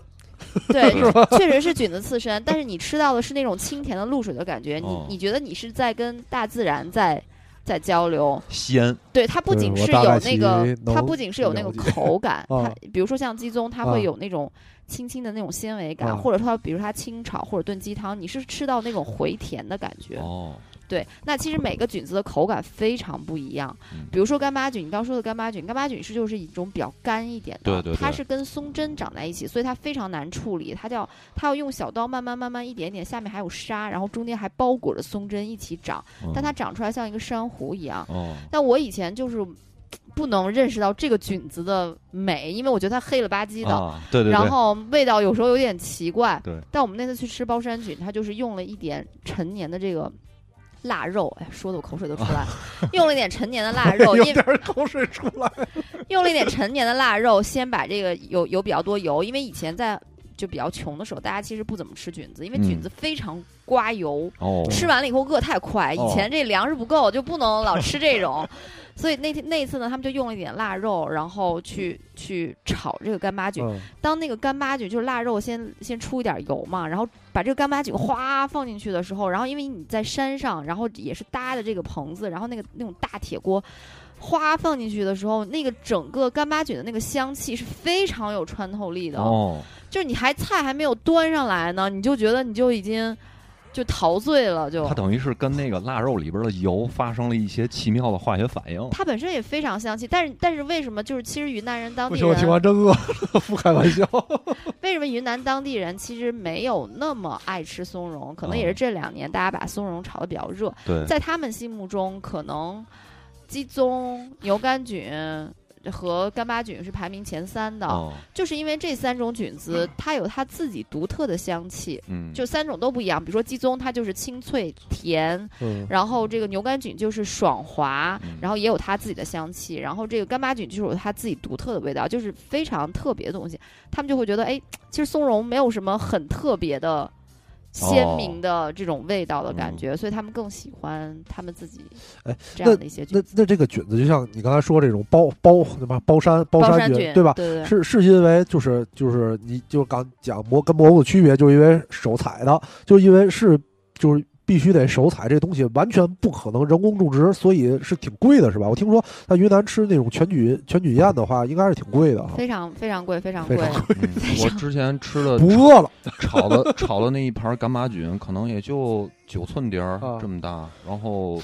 S3: 对，
S2: 是
S3: 确实是菌子刺身，但是你吃到的是那种清甜的露水的感觉，
S2: 哦
S3: 你你觉得你是在跟大自然在在交流，
S2: 鲜
S3: 对，它不
S1: 对
S3: 仅
S1: 我
S3: 是
S1: 大概
S3: 有那
S1: 其
S3: 个，它
S1: 能
S3: 不仅是有那
S1: 了
S3: 个
S1: 解
S3: 口感，它哦
S1: 啊
S3: 比如说
S2: 嗯
S3: 像鸡枞，它
S1: 啊
S3: 会有那种轻轻的那种纤维感，
S1: 啊
S3: 或者说比如它清炒或者炖鸡汤，你是吃到那种回甜的感觉。
S2: 哦，
S3: 对，那其实每个菌子的口感非常不一样
S2: 嗯。
S3: 比如说干巴菌，你刚说的干巴菌，干巴菌是就是一种比较干一点的，
S2: 对对
S3: 它
S2: 对
S3: 是跟松针长在一起，所以它非常难处理。它叫它要用小刀慢慢慢慢一点点，下面还有沙，然后中间还包裹着松针一起长，但它长出来像一个珊瑚一样。
S2: 嗯哦
S3: 但我以前就是不能认识到这个菌子的美，因为我觉得它黑了吧唧的，
S2: 啊，对对对，
S3: 然后味道有时候有点奇怪。
S2: 对
S3: 但我们那次去吃包山菌，它就是用了一点陈年的这个。腊肉，哎，说的我口水都出 来了。用了一点陈年的腊 肉，
S1: 有
S3: 因为
S1: 点儿口水出来。
S3: 用了一点陈年的腊肉，先把这个有有比较多油，因为以前在就比较穷的时候，大家其实不怎么吃菌子，因为
S2: 嗯
S3: 菌子非常刮油，
S2: 哦，
S3: 吃完了以后饿太
S2: 哦
S3: 快。以前这粮食不够，就不能老吃 这种，所以那天那一次呢，他们就用了一点腊肉，然后去
S2: 嗯
S3: 去炒这个干巴菌。
S1: 嗯
S3: 当那个干巴菌就是腊肉先先出一点油嘛，然后把这个干巴菌哗放进去的时候，然后因为你在山上，然后也是搭的这个棚子，然后那个那种大铁锅。哗放进去的时候，那个整个干巴菌的那个香气是非常有穿透力的，
S2: 哦，
S3: 就是你还菜还没有端上来呢，你就觉得你就已经就陶醉了，就
S2: 它等于是跟那个腊肉里边的油发生了一些奇妙的化学反应。
S3: 它本身也非常香气，但是但是为什么就是其实云南人当
S1: 不
S3: 地
S1: 行，我听
S3: 人
S1: 完真饿， 不开玩 笑。
S3: 为什么云南当地人其实没有那么爱吃松茸？可能
S2: 哦
S3: 也是这两年大家把松茸炒得比较热，
S2: 对，
S3: 在他们心目中，可能鸡枞、牛肝菌和干巴菌是排名前三的，
S2: 哦，
S3: 就是因为这三种菌子它有它自己独特的香气。
S2: 嗯，
S3: 就三种都不一样，比如说鸡枞，它就是清脆甜，
S1: 嗯，
S3: 然后这个牛肝菌就是爽滑，
S2: 嗯
S3: 然后也有它自己的香气，然后这个干巴菌就是有它自己独特的味道，就是非常特别的东西。他们就会觉得，哎，其实松茸没有什么很特别的、鲜明的这种味道的感觉，所以他们更喜欢他们自己
S1: 嗯哎
S3: 这样的一些
S1: 那
S3: 菌，
S1: 那这个菌子就像你刚才说这种包包什么包山包
S3: 包
S1: 山
S3: 山
S1: 菌，
S3: 菌
S1: 对吧？
S3: 对对
S1: 是是因为就是就是你就刚讲蘑跟蘑菇的区别，就是因为手采的，就因为是就是必须得手采这东西，完全不可能人工种植，所以是挺贵的，是吧？我听说在云南吃那种全菌全菌宴的话，应该是挺贵的啊，
S3: 非常非常贵，非常
S1: 非
S3: 贵。
S1: 常贵，
S2: 嗯我之前吃的
S1: 不饿了。
S2: 炒的炒的那一盘干巴菌，可能也就九寸碟儿
S1: 啊
S2: 这么大，然后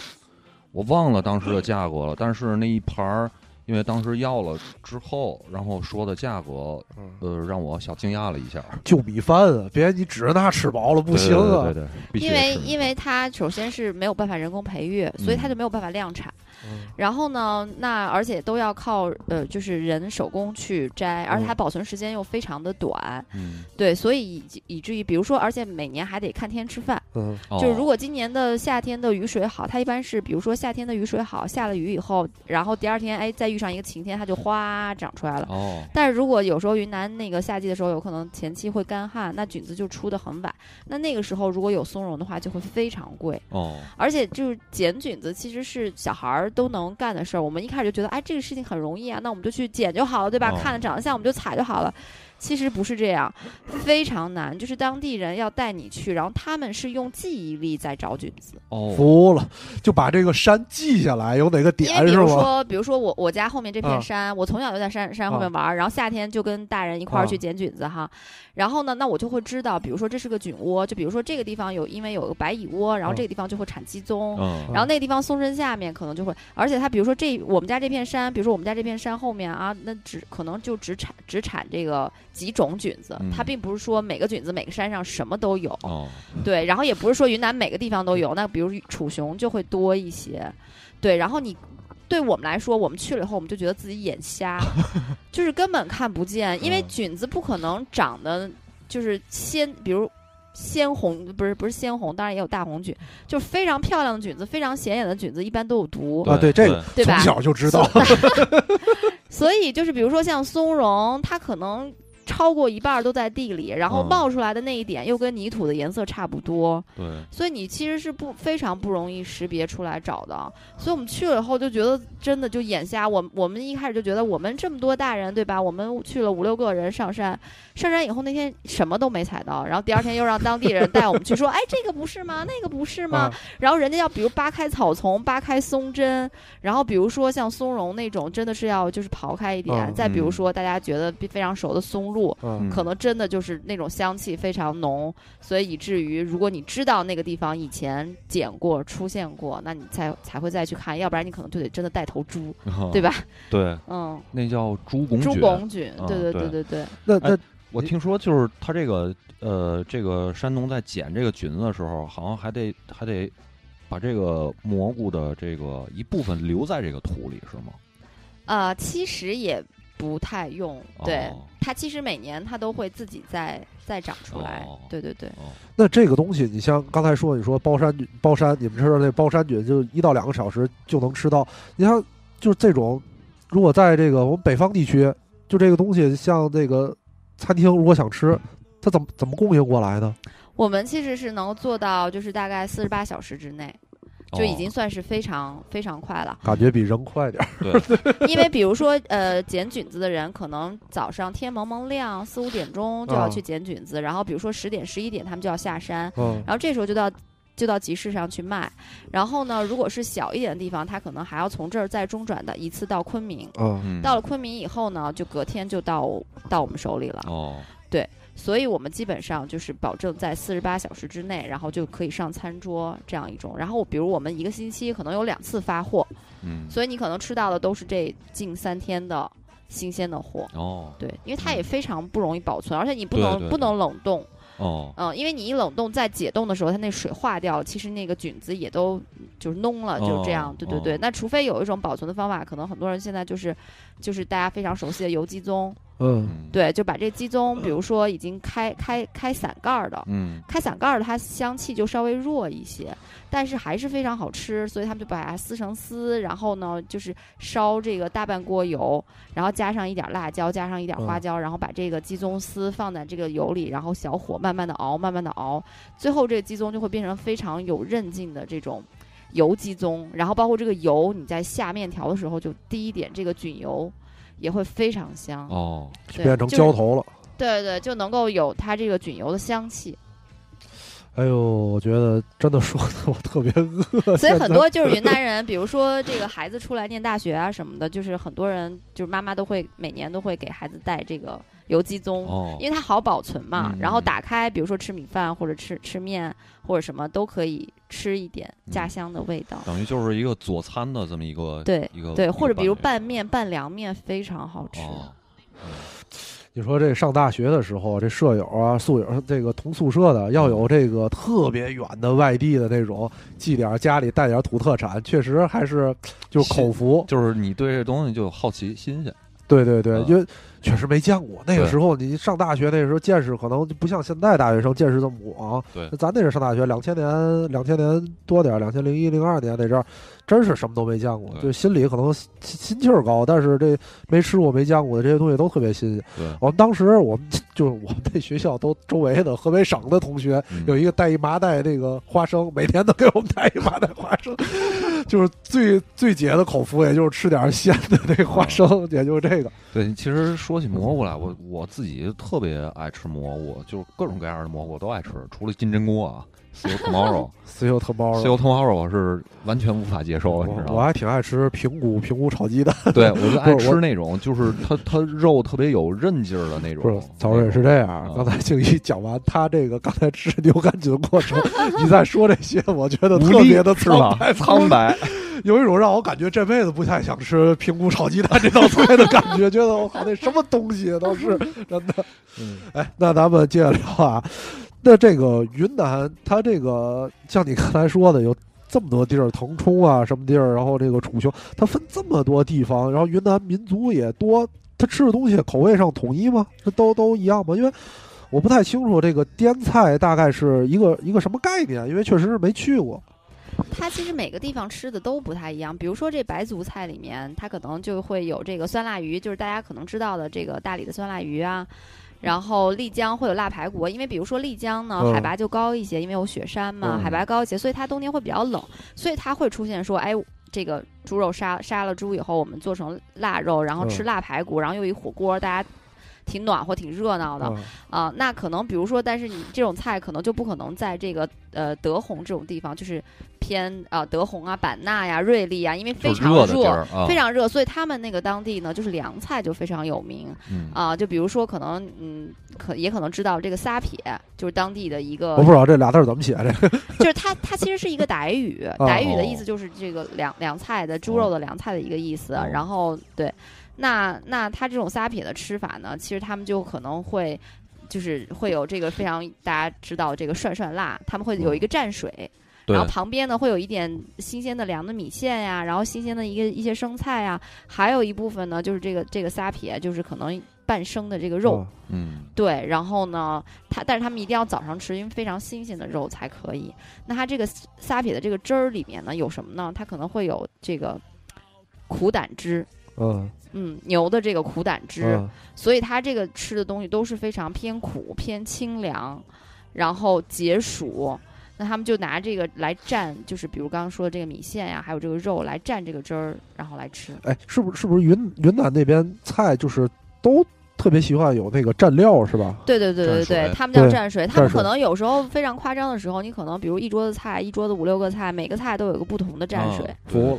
S2: 我忘了当时的价格了，但是那一盘儿，因为当时要了之后，然后说的价格，呃，让我小惊讶了一下。
S1: 就米饭啊，别你指着那吃饱了不行啊！
S2: 对对对对对必须
S3: 因为
S2: 得吃
S3: 因为它首先是没有办法人工培育，所以它就没有办法量产。
S1: 嗯
S3: 然后呢，那而且都要靠呃，就是人手工去摘，而且它
S1: 嗯
S3: 保存时间又非常的短，
S2: 嗯，
S3: 对，所以以及以至于，比如说，而且每年还得看天吃饭。
S1: 嗯
S2: 哦
S3: 就是如果今年的夏天的雨水好，它一般是比如说夏天的雨水好，下了雨以后，然后第二天哎再遇上一个晴天，它就哗长出来了。
S2: 哦，
S3: 但是如果有时候云南那个夏季的时候，有可能前期会干旱，那菌子就出的很晚。那那个时候如果有松茸的话，就会非常贵。
S2: 哦，
S3: 而且就是捡菌子，其实是小孩儿都能干的事儿。我们一开始就觉得，哎，这个事情很容易啊，那我们就去捡就好了，对吧？
S2: 哦
S3: 看着长得像，我们就采就好了。其实不是这样，非常难。就是当地人要带你去，然后他们是用记忆力在找菌子。
S2: 哦，
S1: 服了，就把这个山记下来，有哪个
S3: 因为
S1: 点
S3: 比
S1: 是
S3: 如
S1: 吗？
S3: 说，比如说我我家后面这
S1: 啊
S3: 片山，我从小就在山山后
S1: 嗯
S3: 面玩儿，然后夏天就跟大人一块
S1: 啊
S3: 儿去捡菌子哈。然后呢，那我就会知道，比如说这是个菌窝，就比如说这个地方有因为有个白蚁窝，然后
S1: 啊
S3: 这个地方就会产鸡
S1: 哦
S3: 枞。
S2: 嗯，
S3: 然后那个地方松针下面可能就会，而且它比如说这我们家这片山，比如说我们家这片山后面啊，那只可能就只产只产这个几种菌子，
S2: 嗯
S3: 它并不是说每个菌子每个山上什么都有，
S2: 哦，
S3: 对，然后也不是说云南每个地方都有，那比如楚雄就会多一些，对，然后你。对我们来说，我们去了以后，我们就觉得自己 眼瞎，就是根本看不见，因为
S1: 嗯
S3: 菌子不可能长得就是鲜，比如鲜红，不是不是鲜红，当然也有大红菌，就是非常漂亮的菌子，非常显眼的菌子，一般都有毒，
S1: 啊对这个
S3: 对
S1: 从
S3: 吧？
S1: 小就知道，
S3: 所以就是比如说像松茸，它可能超过一半儿都在地里，然后
S2: 嗯
S3: 冒出来的那一点又跟泥土的颜色差不多，
S2: 对，
S3: 所以你其实是不非常不容易识别出来找的。啊所以我们去了以后就觉得真的就眼瞎。我我们一开始就觉得我们这么多大人对吧？我们去了五六个人上山，上山以后那天什么都没采到，然后第二天又让当地人带我们去说，哎，这个不是吗？那个不是吗？
S1: 啊
S3: 然后人家要比如扒开草丛、扒开松针，然后比如说像松茸那种，真的是要就是刨开一点。
S1: 嗯
S3: 再比如
S2: 嗯
S3: 说大家觉得非常熟的松露，
S1: 嗯
S3: 可能真的就是那种香气非常浓，所以以至于如果你知道那个地方以前捡过、出现过，那你才才会再去看，要不然你可能就得真的带头猪，
S2: 能
S3: 对吧？
S2: 对，
S3: 嗯，
S2: 那叫猪拱
S3: 猪
S2: 菌。
S3: 拱菌，
S2: 嗯
S3: 对
S2: 对
S3: 对对对，
S1: 那那
S2: 我听说就是他这个呃，这个山东在捡这个菌子的时候，好像还得还得把这个蘑菇的这个一部分留在这个土里，是吗？
S3: 呃，其实也不太用，对
S2: 哦，
S3: 它其实每年它都会自己再再长出来
S2: 哦，
S3: 对对对，
S2: 哦，
S1: 那这个东西，你像刚才说，你说包山菌，包山，你们吃的那包山菌，就一到两个小时就能吃到。你像就是这种，如果在这个我们北方地区，就这个东西，像这个餐厅如果想吃，它怎么怎么供应过 来的？
S3: 我们其实是能够做到，就是大概四十八小时之内，就
S2: 哦
S3: 已经算是非常非常快了。
S1: 感觉比人快点儿。
S3: 因为比如说，呃，捡菌子的人可能早上天蒙蒙亮，四五点钟就要去捡菌子，然后比如说十点、十一点他们就要下山，
S1: 嗯
S3: 然后这时候就到就到集市上去卖。然后呢，如果是小一点的地方，他可能还要从这儿再中转的一次到昆明。
S1: 嗯
S2: 嗯
S3: 到了昆明以后呢，就隔天就到到我们手里了。
S2: 哦，
S3: 所以我们基本上就是保证在四十八小时之内，然后就可以上餐桌这样一种。然后我比如我们一个星期可能有两次发货，
S2: 嗯
S3: 所以你可能吃到的都是这近三天的新鲜的货。
S2: 哦
S3: 对，因为它也非常不容易保存，而且你
S2: 嗯
S3: 不
S2: 对对
S3: 能
S2: 对
S3: 不能冷冻，
S2: 哦
S3: 嗯，因为你一冷冻，在解冻的时候，它那水化掉了，其实那个菌子也都就是蔫了，就这样。
S2: 哦
S3: 对对对，
S2: 哦
S3: 那除非有一种保存的方法，可能很多人现在就是就是大家非常熟悉的油鸡枞，
S1: 嗯
S2: 嗯
S3: 对，就把这鸡枞，比如说已经开开开伞盖儿的，
S2: 嗯
S3: 开伞盖儿的它香气就稍微弱一些，但是还是非常好吃，所以他们就把它撕成丝，然后呢就是烧这个大半锅油，然后加上一点辣椒，加上一点花椒，然后把这个鸡枞丝放在这个油里，然后小火慢慢的熬，慢慢的熬，最后这个鸡枞就会变成非常有韧劲的这种。油鸡枞，然后包括这个油，你在下面条的时候就滴一点这个菌油，也会非常香。
S2: 哦，
S3: 对
S1: 变成
S3: 就是
S1: 浇头了。
S3: 对对，就能够有它这个菌油的香气。
S1: 哎呦，我觉得真的说的我特别 饿。
S3: 所以
S1: 现
S3: 很
S1: 在
S3: 多就是云南人，比如说这个孩子出来念大学啊什么的，就是很多人就是妈妈都会每年都会给孩子带这个油鸡枞。
S2: 哦，
S3: 因为它好保存嘛，
S2: 嗯
S3: 然后打开，比如说吃米饭或者吃吃面或者什么都可以吃一点家
S2: 嗯
S3: 乡的味道，
S2: 等于就是一个佐餐的这么一个
S3: 对
S2: 一个
S3: 对，或者比如
S2: 拌
S3: 拌面、拌凉面非常好吃，
S2: 哦，
S1: 你说这上大学的时候，这舍友啊、宿友，这个同宿舍的要
S2: 嗯
S1: 有这个特别远的外地的那种，寄点儿家里带点儿土特产，确实还是就是口福。
S2: 就是你对这东西就有好奇新鲜，
S1: 对对对，
S2: 嗯
S1: 因为确实没见过。那个
S2: 对
S1: 时候你上大学那时候见识可能就不像现在大学生见识这么广。
S2: 对
S1: 那咱那是上大学两千年两千年多点儿，两千零一零二年那阵儿，真是什么都没见过，
S2: 对
S1: 就心里可能心心气儿高，但是这没吃过没见过的这些东西都特别新鲜。
S2: 对，
S1: 我们当时我们就是 我们那学校都周围的河北省的同学，
S2: 嗯
S1: 有一个带一麻袋那个花生，每天都给我们带一麻袋花生， 就是最最解的口福，也就是吃点鲜的那个
S2: 哦
S1: 花生，也就是这个。
S2: 对，其实说起蘑菇来，我我自己特别爱吃蘑菇，就是各种各样的蘑菇我都爱吃，除了金针菇啊，see you tomorrow，see
S1: 四有特猫
S2: you tomorrow 我是完全无法接受，
S1: 我
S2: 你知道
S1: 我
S2: 吗？
S1: 还挺爱吃平菇，平菇炒鸡蛋。
S2: 对，我就爱
S1: 不是我
S2: 吃那种，就是它它肉特别有韧劲儿的那种。
S1: 不是，曹睿是这样
S2: 嗯。
S1: 刚才静怡讲完他这个刚才吃牛肝菌的过 程，你再说这些，我觉得特别的
S2: 是
S1: 苍
S2: 吧？
S1: 白
S2: 苍白，
S1: 有一种让我感觉这辈子不太想吃平菇炒鸡蛋这道菜的感觉，觉得我靠那什么东西都是真的。
S2: 嗯，
S1: 哎，那咱们接着聊啊。那这个云南，它这个像你刚才说的，有这么多地儿，腾冲啊，什么地儿，然后这个楚雄，它分这么多地方，然后云南民族也多，它吃的东西口味上统一吗？这都都一样吗？因为我不太清楚这个滇菜大概是一个一个什么概念，因为确实是没去过。
S3: 它其实每个地方吃的都不太一样，比如说这白族菜里面，它可能就会有这个酸辣鱼，就是大家可能知道的这个大理的酸辣鱼啊。然后丽江会有腊排骨，因为比如说丽江呢、
S1: 嗯
S3: 海拔就高一些，因为有雪山嘛，
S1: 嗯
S3: 海拔高一些，所以它冬天会比较冷，所以它会出现说，哎，这个猪肉杀杀了猪以后，我们做成腊肉，然后吃
S1: 嗯
S3: 腊排骨，然后又一火锅，大家挺暖和、挺热闹的。
S1: 嗯
S3: 啊、那可能比如说，但是你这种菜可能就不可能在这个呃德宏这种地方，就是偏啊德宏啊、版纳呀、瑞丽啊呀，因为非
S2: 就是
S3: 常
S2: 热
S3: 热，
S2: 的地儿啊，
S3: 非常热，所以他们那个当地呢，就是凉菜就非常有名
S2: 嗯
S3: 啊、就比如说，可能嗯，可也可能知道这个撒撇，就是当地的一个
S2: 哦
S1: 我不，知道这俩字儿怎么写，这个
S3: 就是它它其实是一个傣语，
S1: 哦
S3: 傣语的意思就是这个凉凉菜的猪肉的凉菜的一个意思。
S2: 哦
S3: 然后对，那那它这种撒撇的吃法呢，其实他们就可能会。就是会有这个非常大家知道这个涮涮辣，他们会有一个蘸水，
S2: 对
S3: 然后旁边呢会有一点新鲜的凉的米线呀、然后新鲜的一个一些生菜呀、还有一部分呢就是这个这个撒撇，就是可能半生的这个肉，
S2: 嗯
S3: 对，然后呢，它但是他们一定要早上吃，因为非常新鲜的肉才可以。那它这个撒撇的这个汁儿里面呢，有什么呢？它可能会有这个苦胆汁，
S1: 嗯嗯
S3: 嗯，牛的这个苦胆汁，
S1: 嗯
S3: 所以它这个吃的东西都是非常偏苦、偏清凉，然后解暑。那他们就拿这个来蘸，就是比如刚刚说的这个米线呀、还有这个肉来蘸这个汁儿，然后来吃。
S1: 哎，是不是是不是云云南那边菜就是都特别喜欢有那个蘸料是吧？
S3: 对对对对
S2: 蘸水
S3: 对，他们叫
S1: 对
S3: 蘸水，他们
S1: 蘸水
S3: 可能有时候非常夸张的时候，你可能比如一桌子菜，一桌子五六个菜，每个菜都有一个不同的蘸水。
S2: 啊对对
S1: 服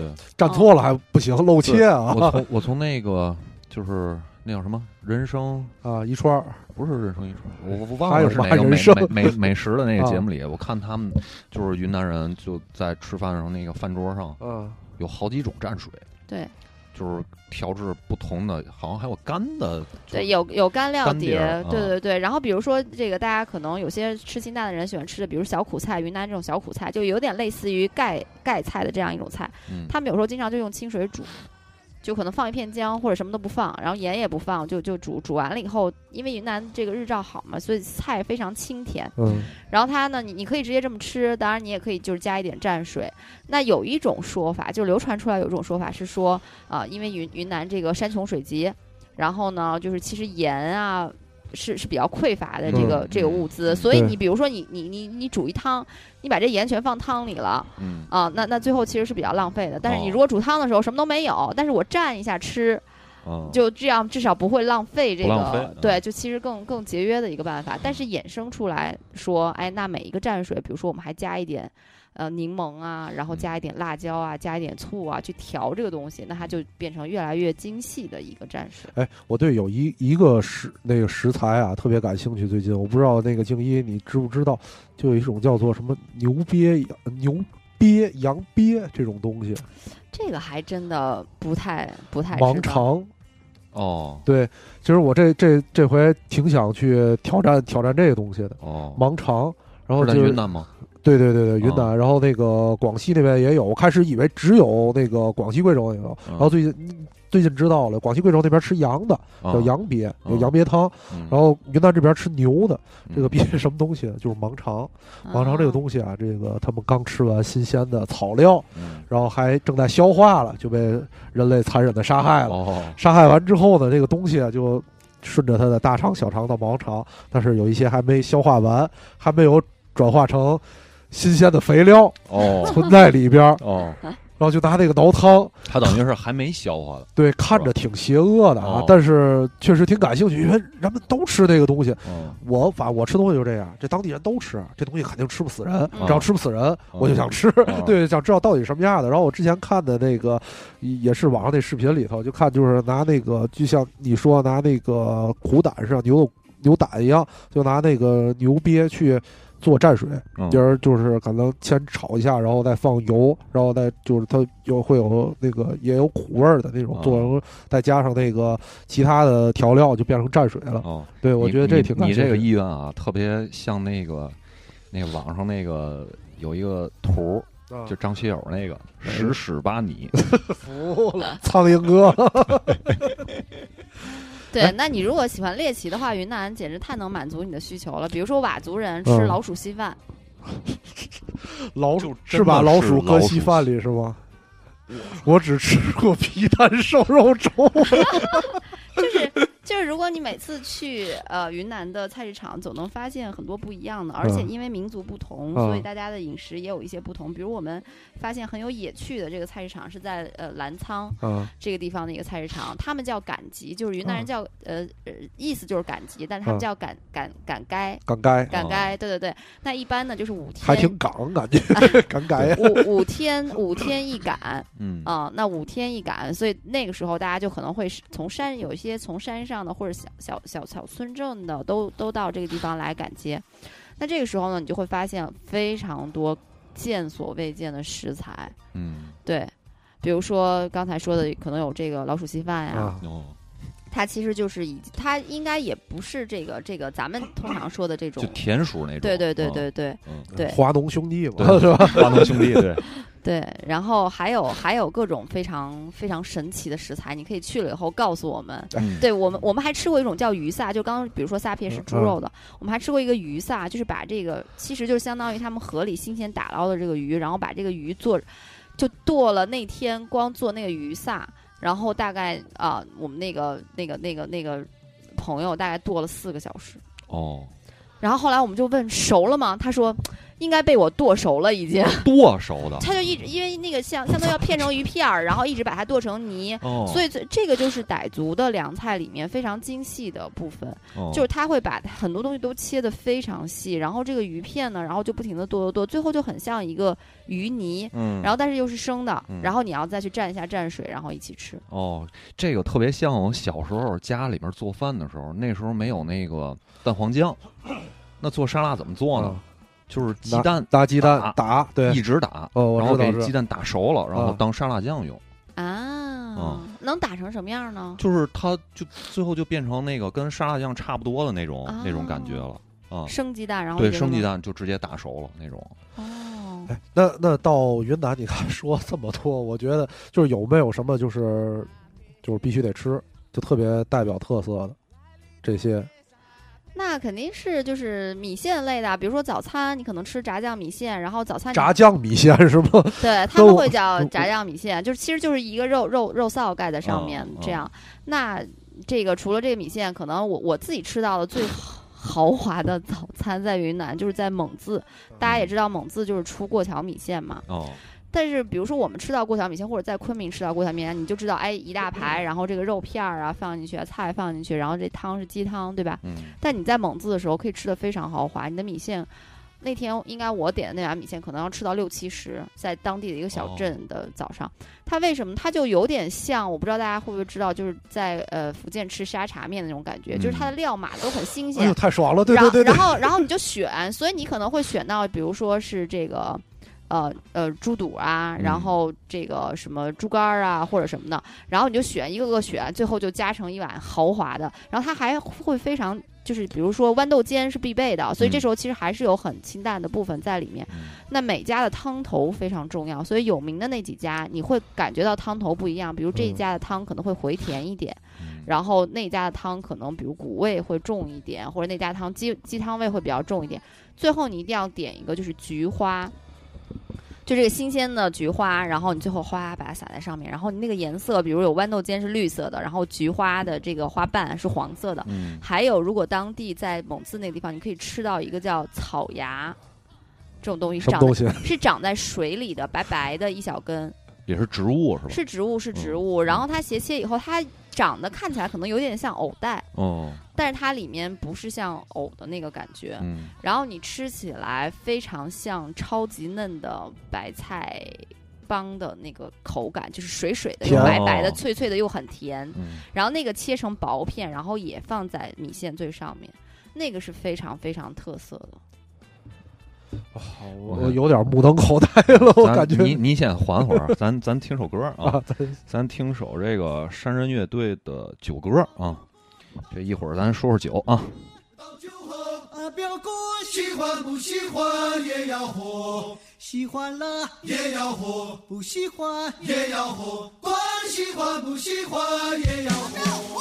S2: 对
S1: 蘸错了还不行，漏切啊
S2: 我从我从那个就是那叫什么人生
S1: 啊！一串儿
S2: 不是人生一串，我我忘
S1: 还有
S2: 了是哪
S1: 骂
S2: 个
S1: 人
S2: 美
S1: 生
S2: 美美美食的那个
S1: 啊
S2: 节目里，我看他们就是云南人就在吃饭的时候，那个饭桌上
S1: 啊
S2: 有好几种蘸水，
S3: 对
S2: 就是调制不同的，好像还有干的，
S3: 对，有有干料
S2: 干碟
S3: 碟，
S2: 儿
S3: 对
S2: 啊
S3: 对对。然后比如说这个，大家可能有些吃清淡的人喜欢吃的，比如小苦菜，云南这种小苦菜，就有点类似于盖盖菜的这样一种菜。
S2: 嗯，
S3: 他们有时候经常就用清水煮，就可能放一片姜或者什么都不放，然后盐也不放，就就煮。煮完了以后，因为云南这个日照好嘛，所以菜非常清甜。
S1: 嗯
S3: 然后它呢，你你可以直接这么吃，当然你也可以就是加一点蘸水。那有一种说法，就流传出来有一种说法是说，啊、因为云云南这个山穷水急，然后呢，就是其实盐啊。是是比较匮乏的这个、
S2: 嗯
S3: 这个物资，
S2: 嗯
S3: 所以
S1: 对
S3: 你比如说你你你你煮一汤，你把这盐全放汤里了，
S2: 嗯
S3: 啊，那那最后其实是比较浪费的。但是
S2: 哦
S3: 你如果煮汤的时候什么都没有，但是我蘸一下吃，
S2: 嗯
S3: 就这样至少不会浪费这
S2: 不浪费
S3: 个
S2: 嗯。
S3: 对，就其实更更节约的一个办法。但是衍生出来说，哎，那每一个蘸水，比如说我们还加一点呃柠檬啊，然后加一点辣椒啊，加一点醋啊，去调这个东西，那它就变成越来越精细的一个蘸水。
S1: 哎，我对有一一个食那个食材啊特别感兴趣，最近我不知道那个静一你知不知道，就有一种叫做什么牛瘪牛瘪羊瘪这种东西，
S3: 这个还真的不太不太
S1: 盲
S3: 知道。
S1: 肠。
S2: 哦
S1: 对，其实我这这这回挺想去挑战挑战这个东西的
S2: 哦，
S1: 盲肠。然后
S2: 是在
S1: 就
S2: 云南吗？
S1: 对对对对，云
S2: 啊
S1: 南，然后那个广西那边也有。我开始以为只有那个广西贵州也有，
S2: 嗯
S1: 然后最近最近知道了，广西贵州那边吃羊的叫
S2: 啊，
S1: 羊瘪，有
S2: 啊
S1: 羊瘪汤。
S2: 嗯
S1: 然后云南这边吃牛的，这个
S2: 嗯
S1: 瘪是 什么东西呢？就是盲肠。
S3: 嗯
S1: 盲肠这个
S3: 西，
S1: 东西啊，这个他们刚吃完新鲜的草料，
S2: 嗯
S1: 然后还正在消化了，就被人类残忍的杀害了。
S2: 哦，
S1: 杀害完之后呢，这个东西啊就顺着它的大肠、小肠到盲肠，但是有一些还没消化完，还没有转化成新鲜的肥料
S2: 哦
S1: 存在里边儿，
S2: 哦，
S1: 然后就拿那个熬汤，
S2: 它等于是还没消化的，
S1: 对，看着挺邪恶的啊
S2: 哦，
S1: 但是确实挺感兴趣，因为人们都吃这个东西。
S2: 嗯
S1: 我反正我吃东西就这样，这当地人都吃，这东西肯定吃不死人。
S3: 嗯
S1: 只要吃不死
S2: 啊
S1: 人，我就想吃
S2: 哦，
S1: 对，想知道到底什么样的。然后我之前看的那个，也是网上那视频里头，就看就是拿那个，就像你说拿那个苦胆是吧牛的牛胆一样，就拿那个牛瘪去做蘸水，
S2: 嗯
S1: 就是就是可能先炒一下，然后再放油，然后再就是它有会有那个也有苦味儿的那种
S2: 哦，
S1: 做成再加上那个其他的调料，就变成蘸水了。
S2: 哦，
S1: 对，我
S2: 你
S1: 觉得这
S2: 你
S1: 挺感
S2: 你
S1: 兴
S2: 这个
S1: 趣
S2: 意愿啊，特别像那个那个网上那个有一个图，
S1: 啊
S2: 就张学友那个“
S1: 哎
S2: 屎屎吧你
S1: 服了， 苍蝇哥。
S3: 对，那你如果喜欢猎奇的话，云南简直太能满足你的需求了。比如说佤族人吃
S1: 嗯
S3: 老鼠稀饭，
S1: 老
S2: 就
S1: 是
S2: 真
S1: 把
S2: 的
S1: 老
S2: 是
S1: 鼠
S2: 老
S1: 搁稀
S2: 鼠
S1: 饭里是吗？我只吃过皮蛋瘦肉 粥。
S3: 就是就是，如果你每次去呃云南的菜市场，总能发现很多不一样的，而且
S1: 嗯
S3: 因为民族不同，
S1: 嗯
S3: 所以大家的饮食也有一些不同。比如我们发现很有野趣的这个菜市场是在呃澜沧
S1: 啊，
S3: 这个地方的一个菜市场，他们叫赶集，就是云南人
S1: 嗯
S3: 叫、呃呃意思就是赶集，但是他
S1: 嗯
S3: 们叫赶赶赶街。
S1: 敢该
S3: 赶
S2: 哦
S3: 街，对对对，那一般呢就是五
S1: 还
S3: 天
S1: 挺港，啊感觉
S3: 哎
S1: 敢该呀。
S3: 五五天五天一赶，”，
S2: 嗯
S3: 啊、那五天一赶，所以那个时候大家就可能会是从山有一些从山上的或者小小小小村镇的都都到这个地方来赶街。那这个时候呢，你就会发现非常多见所未见的食材，
S2: 嗯
S3: 对，比如说刚才说的，可能有这个老鼠稀饭 呀、
S1: 啊，
S2: 哦，
S3: 它其实就是以它应该也不是这个这个咱们通常说的这种
S2: 就，田鼠那种，
S3: 对对对
S2: 嗯，
S3: 对对
S2: 嗯，
S3: 对
S1: 华农兄弟嘛，啊
S2: 对
S1: 是吧？
S2: 华农兄弟对，
S3: 对，然后还有还有各种非常非常神奇的食材，你可以去了以后告诉我们。
S2: 嗯
S3: 对我们，我们还吃过一种叫鱼萨，就刚刚比如说萨片是
S1: 嗯
S3: 猪肉的，我们还吃过一个鱼萨，就是把这个其实就是相当于他们河里新鲜打捞的这个鱼，然后把这个鱼做，就剁了那天光做那个鱼萨，然后大概啊、我们那个那个那个那个朋友大概剁了四个小时。
S2: 哦，
S3: 然后后来我们就问熟了吗？他说应该被我剁熟了，已经。
S2: 剁熟的
S3: 他就一直因为那个像相当于要片成鱼片儿，然后一直把它剁成泥，
S2: 哦，
S3: 所
S2: 以
S3: 以这这个就是傣族的凉菜里面非常精细的部分，就是
S2: 是
S3: 他会把很多东西都切得非常细，然后这个鱼片呢，然后就不停的剁剁剁，最后就很像一个鱼泥。
S2: 嗯，
S3: 然
S2: 后
S3: 后但是又是生的，
S2: 嗯
S3: 然后你要再去蘸一下蘸水，然后一起吃。
S2: 哦，这个特别像我小时候家里面做饭的时候，那时候没有那个蛋黄酱，那做沙拉怎么做呢？就是鸡
S1: 拿
S2: 蛋
S1: 打鸡蛋
S2: 打
S1: 打，啊对
S2: 一，直打，
S1: 哦，我
S2: 然后
S1: 知道
S2: 给
S1: 是
S2: 鸡蛋打熟了，然后
S1: 啊
S2: 当沙拉酱用。
S3: 啊，
S2: 哦
S3: 能打成什么样呢？
S2: 就是它就最后就变成那个跟沙拉酱差不多的那种、那种感觉了啊。
S3: 生鸡蛋，然后
S2: 对，
S3: 一个
S2: 生鸡
S3: 那
S2: 蛋就直接打熟了那种。
S3: 种。哦，
S1: 哎，那那到云南，你看说这么多，我觉得就是有没有什么就是就是必须得吃，就特别代表特色的这些
S3: 那肯定是就是米线类的，比如说早餐你可能吃炸酱米线，然后早餐你
S1: 炸酱米线是吗？
S3: 对他
S1: 都
S3: 们会叫
S1: 都
S3: 炸酱米线，就是其实就是一个肉肉肉臊盖在上
S1: 哦
S3: 面
S2: 嗯
S3: 这样。那这个除了这个米线，可能我我自己吃到的最豪华的早餐在云南，就是在蒙自。大家也知道蒙自就是出过桥米线嘛，
S2: 哦，
S3: 但是比如说我们吃到过桥米线，或者在昆明吃到过桥米线，你就知道哎一大排，然后这个肉片儿啊放进去，菜放进去，然后这汤是鸡汤，对吧？
S2: 嗯，
S3: 但你在蒙自的时候可以吃的非常豪华，你的米线。那天应该我点的那碗米线可能要吃到六七十，在当地的一个小
S2: 哦
S3: 镇的早上。它为什么？它就有点像，我不知道大家会不会知道，就是在呃福建吃沙茶面的那种感觉，就是它的料码都很新
S1: 哎
S3: 鲜
S1: 呦，。太爽了！对
S3: 然
S1: 对
S3: 后
S1: 对对
S3: 然，后然后你就选，所以你可能会选到，比如说是这个。呃呃，猪肚啊，
S2: 嗯
S3: 然后这个什么猪肝儿啊，或者什么的，然后你就选一个个选，最后就加成一碗豪华的。然后它还会非常，就是比如说豌豆尖是必备的，所以这
S2: 嗯
S3: 时候其实还是有很清淡的部分在里面。
S2: 嗯
S3: 那每家的汤头非常重要，所以有名的那几家，你会感觉到汤头不一样。比如这一
S1: 嗯
S3: 家的汤可能会回甜一点，
S2: 嗯
S3: 然后那家的汤可能比如骨味会重一点，或者那家汤鸡鸡汤味会比较重一点。最后你一定要点一个就是菊花，就这个新鲜的菊花，然后你最后哗把它撒在上面，然后你那个颜色，比如有豌豆尖是绿色的，然后菊花的这个花瓣是黄色的。
S2: 嗯
S3: 还有，如果当地在蒙自那个地方，你可以吃到一个叫草芽这种东西，是
S1: 什么
S3: 长在
S1: 东西？
S3: 是长在水里的，白白的一小根，
S2: 也是植物是吧？
S3: 是植物，是植
S2: 嗯
S3: 物。然后它斜切以后，它长得看起来可能有点像藕带，
S2: 哦，
S3: 但是它里面不是像藕的那个感觉。
S2: 嗯，
S3: 然后你吃起来非常像超级嫩的白菜帮的那个口感，就是水水的，又
S1: 甜
S3: 白白的、
S2: 哦
S3: 脆脆的，又很甜。
S2: 嗯，
S3: 然后那个切成薄片，然后也放在米线最上面，那个是非常非常特色的。
S1: 我我有点目瞪口呆了，我
S2: 啊咱
S1: 感觉
S2: 你你先缓会儿，咱咱听首歌啊
S1: 啊，，咱
S2: 咱听首这个山人乐队的酒歌啊。这一会儿咱说说酒啊，
S4: 到酒后，啊，表哥喜欢不喜欢也要喝，
S5: 喜欢了
S4: 也要喝，
S5: 不喜欢，
S4: 也要喝，管喜欢不喜欢也要喝。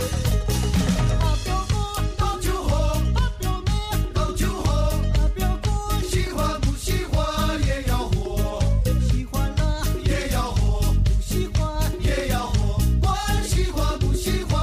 S5: 啊表哥
S4: 到酒后，
S5: 啊表妹
S4: 到酒后，
S5: 啊表哥
S4: 喜欢不喜欢也要喝，
S5: 喜欢了
S4: 也要喝，
S5: 不喜欢，
S4: 也要喝，管喜欢不喜欢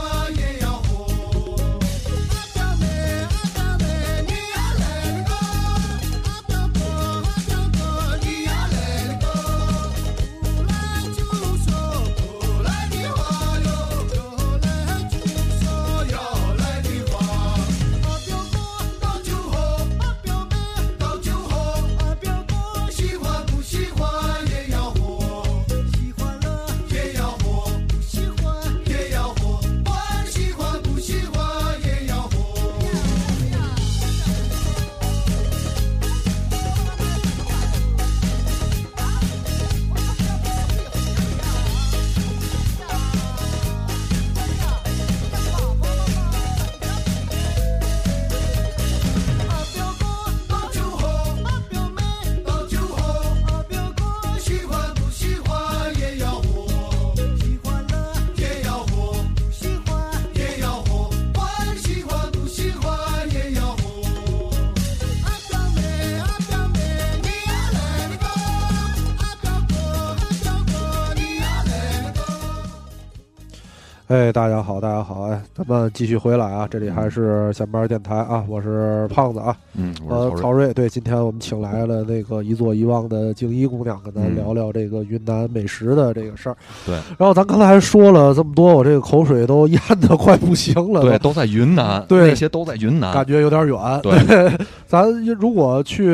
S1: 哎，大家好，大家好，哎，咱们继续回来啊，这里还是下班电台啊，我是胖子啊，
S2: 嗯，我
S1: 呃，
S2: 是曹睿
S1: 曹睿，对，今天我们请来了那个一坐一望的静一姑娘，跟咱
S2: 嗯
S1: 聊聊这个云南美食的这个事儿。
S2: 对
S1: 然后咱刚才还说了这么多，我这个口水都咽的快不行了，
S2: 对，都在云南，
S1: 对
S2: 那些都在云南
S1: 感，觉有点远。
S2: 对，
S1: 咱如果去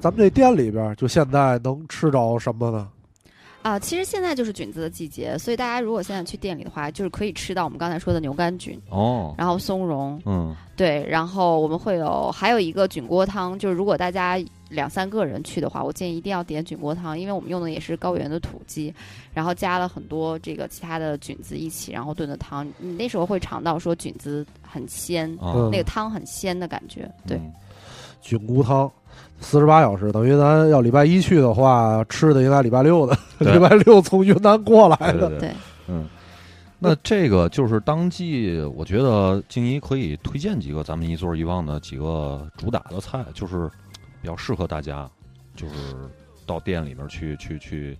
S1: 咱们这店里边儿，就现在能吃着什么呢？
S3: 啊，其实现在就是菌子的季节，所以大家如果现在去店里的话，就是可以吃到我们刚才说的牛肝菌，
S2: 哦，
S3: 然后松茸，
S2: 嗯，
S3: 对，然后我们会有还有一个菌锅汤，就是如果大家两三个人去的话，我建议一定要点菌锅汤，因为我们用的也是高原的土鸡，然后加了很多这个其他的菌子一起，然后炖的汤，你那时候会尝到说菌子很鲜，
S2: 啊
S1: 嗯
S3: 那个汤很鲜的感觉，对。
S2: 嗯
S1: 菌菇汤，四十八小时，等于咱要礼拜一去的话，吃的应该礼拜六的，
S2: 对
S1: 礼拜六从云南过来
S2: 对对
S1: 的。
S2: 对
S3: 对
S2: 嗯。那这个就是当季，我觉得静怡可以推荐几个咱们一座一望的几个主打的菜，就是比较适合大家，就是到店里边去去去，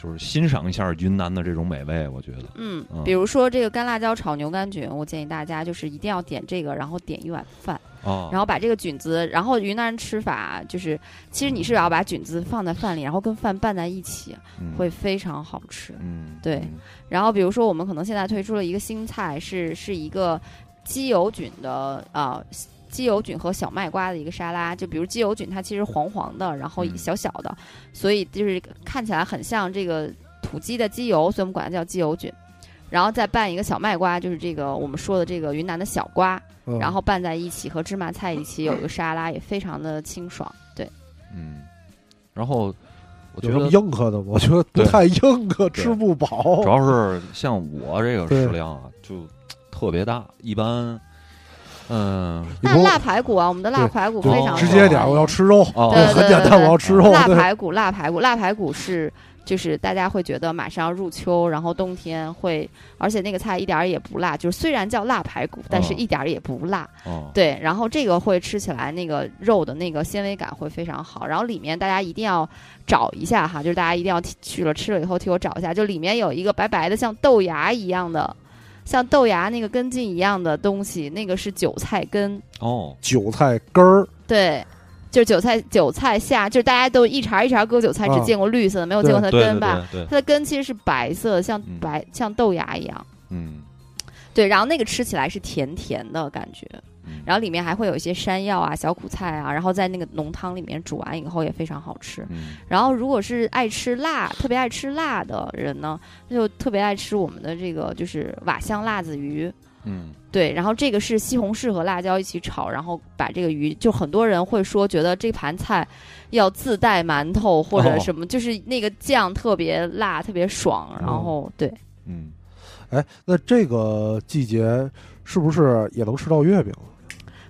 S2: 就是欣赏一下云南的这种美味。我觉得，
S3: 嗯
S2: 嗯，
S3: 比如说这个干辣椒炒牛肝菌，我建议大家就是一定要点这个，然后点一碗饭，
S2: 啊，
S3: 然后把这个菌子，然后云南人吃法就是，其实你是要把菌子放在饭里，然后跟饭拌在一起，
S2: 嗯
S3: 会非常好吃。
S2: 嗯，
S3: 对
S2: 嗯
S3: 然后比如说我们可能现在推出了一个新菜，是是一个鸡油菌的啊。鸡油菌和小麦瓜的一个沙拉，就比如鸡油菌，它其实黄黄的，然后
S2: 嗯
S3: 小小的，所以就是看起来很像这个土鸡的鸡油，所以我们管它叫鸡油菌。然后再拌一个小麦瓜，就是这个我们说的这个云南的小瓜，
S1: 嗯
S3: 然后拌在一起和芝麻菜一起有一个沙拉，也非常的清爽。对，
S2: 嗯，然后我觉
S1: 有什么
S2: 得
S1: 硬核的吗？我觉得不
S2: 对
S1: 太硬核，
S2: 对
S1: 吃不
S2: 主
S1: 饱。
S2: 要是像我这个
S1: 对
S2: 食量啊，就特别大，一般，嗯，
S1: 你
S3: 那
S1: 不
S3: 腊排骨啊，我们的腊
S1: 对
S3: 排骨
S1: 就
S3: 非
S2: 对
S3: 常
S1: 直接
S3: 受
S1: 点，
S3: 欢
S1: 我要
S3: 迎
S1: 吃肉。
S2: 哦，
S3: 对
S1: 很简单，我要吃肉。
S3: 腊
S1: 哦对，
S3: 排骨，腊排骨，腊排骨是就是大家会觉得马上要入秋，然后冬天会，而且那个菜一点儿也不辣，就是虽然叫腊排骨，但是
S2: 嗯
S3: 一点儿也不辣。
S2: 哦，
S3: 对，然后这个会吃起来那个肉的那个纤维感会非常好。然后里面大家一定要找一下哈，就是大家一定要提去了吃了以后替我找一下，就里面有一个白白的像豆芽一样的。像豆芽那个根茎一样的东西，那个是韭菜根，
S2: 哦，
S1: 韭菜根儿，
S3: 对，就是韭菜韭菜下，就是大家都一茬一茬割韭菜，
S1: 啊
S3: 只见过绿色的，没有
S1: 对
S3: 见过它
S2: 嗯
S3: 的
S2: 对
S3: 根
S2: 对
S3: 吧？
S2: 对对，
S3: 它的根其实是白色的，像
S2: 嗯
S3: 白、像豆芽一样。
S2: 嗯，
S3: 对，然后那个吃起来是甜甜的感觉，
S2: 嗯
S3: 然后里面还会有一些山药啊、小苦菜啊，然后在那个浓汤里面煮完以后也非常好吃。
S2: 嗯
S3: 然后如果是爱吃辣、特别爱吃辣的人呢，那就特别爱吃我们的这个就是瓦香辣子鱼。
S2: 嗯
S3: 对，然后这个是西红柿和辣椒一起炒，然后把这个鱼，就很多人会说觉得这盘菜要自带馒头或者
S2: 哦
S3: 什么，就是那个酱特别辣，特别爽，然
S1: 哦
S3: 后对，
S2: 嗯，
S1: 哎，那这个季节是不是也能吃到月饼？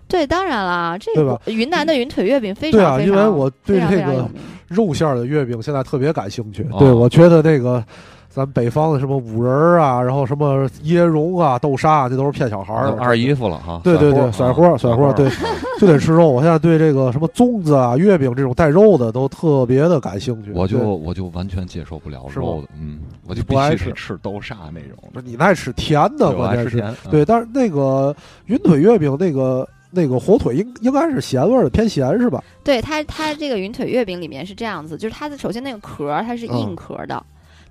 S3: 对，当然啦，这
S1: 对
S3: 个
S1: 吧嗯
S3: 云南的云腿月饼非常
S1: 对啊，
S3: 非
S1: 因为
S3: 常
S1: 我
S3: 非
S1: 对
S3: 常
S1: 这
S3: 非常有
S1: 个
S3: 名。
S1: 肉馅儿的月饼现在特别感兴趣。
S2: 哦
S1: 对，我觉得那个咱北方的什么五仁儿啊，然后什么椰蓉啊、豆沙啊，这都是骗小孩儿
S2: 那
S1: 的。
S2: 嗯二姨嗯夫了哈，
S1: 对对对
S2: 甩
S1: 甩锅甩锅对
S2: 啊
S1: 就得吃肉。我现在对这个什么粽子啊、月饼这种带肉的都特别的感兴趣。
S2: 我就
S1: 对
S2: 我就完全接受不了
S1: 是吗
S2: 肉的，嗯，我就
S1: 不
S2: 必
S1: 爱
S2: 须
S1: 吃
S2: 得吃豆沙那种
S1: 不
S2: 的，
S1: 是你爱吃甜的，
S2: 对我
S1: 关
S2: 爱
S1: 键
S2: 吃
S1: 是
S2: 甜，嗯
S1: 对。但是那个云腿月饼，那个那个火腿应应该是咸味儿的，偏咸是吧？
S3: 对它，它这个云腿月饼里面是这样子，就是它的首先那个壳儿它是硬
S1: 嗯
S3: 壳儿的。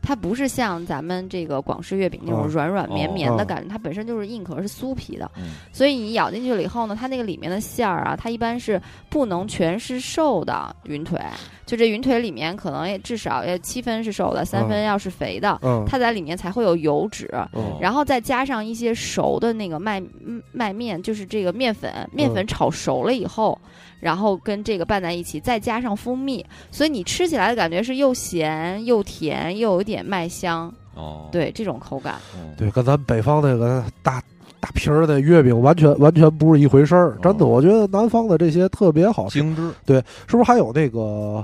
S3: 它不是像咱们这个广式月饼那种
S1: 哦
S3: 软软绵
S2: 哦
S3: 绵的
S1: 哦
S3: 感觉，它本身就是硬壳儿，是酥皮的。
S2: 嗯
S3: 所以你咬进去了以后呢，它那个里面的馅儿啊，它一般是不能全是瘦的云腿，就这云腿里面可能也至少要七分是瘦的，三分要是肥的，
S1: 嗯，
S3: 它在里面才会有油脂。
S2: 哦
S1: 嗯
S3: 然后再加上一些熟的那个麦嗯麦面，就是这个面粉，面粉炒熟了以后，然后跟这个拌在一起，再加上蜂蜜，所以你吃起来的感觉是又咸又甜，又有点麦香，
S2: 哦，
S3: 对这种口感。
S2: 嗯
S1: 对，跟咱们北方那个大大皮儿的月饼完全完全不是一回事儿。真的，
S2: 哦
S1: 我觉得南方的这些特别好吃，
S2: 精致，
S1: 是不是还有那个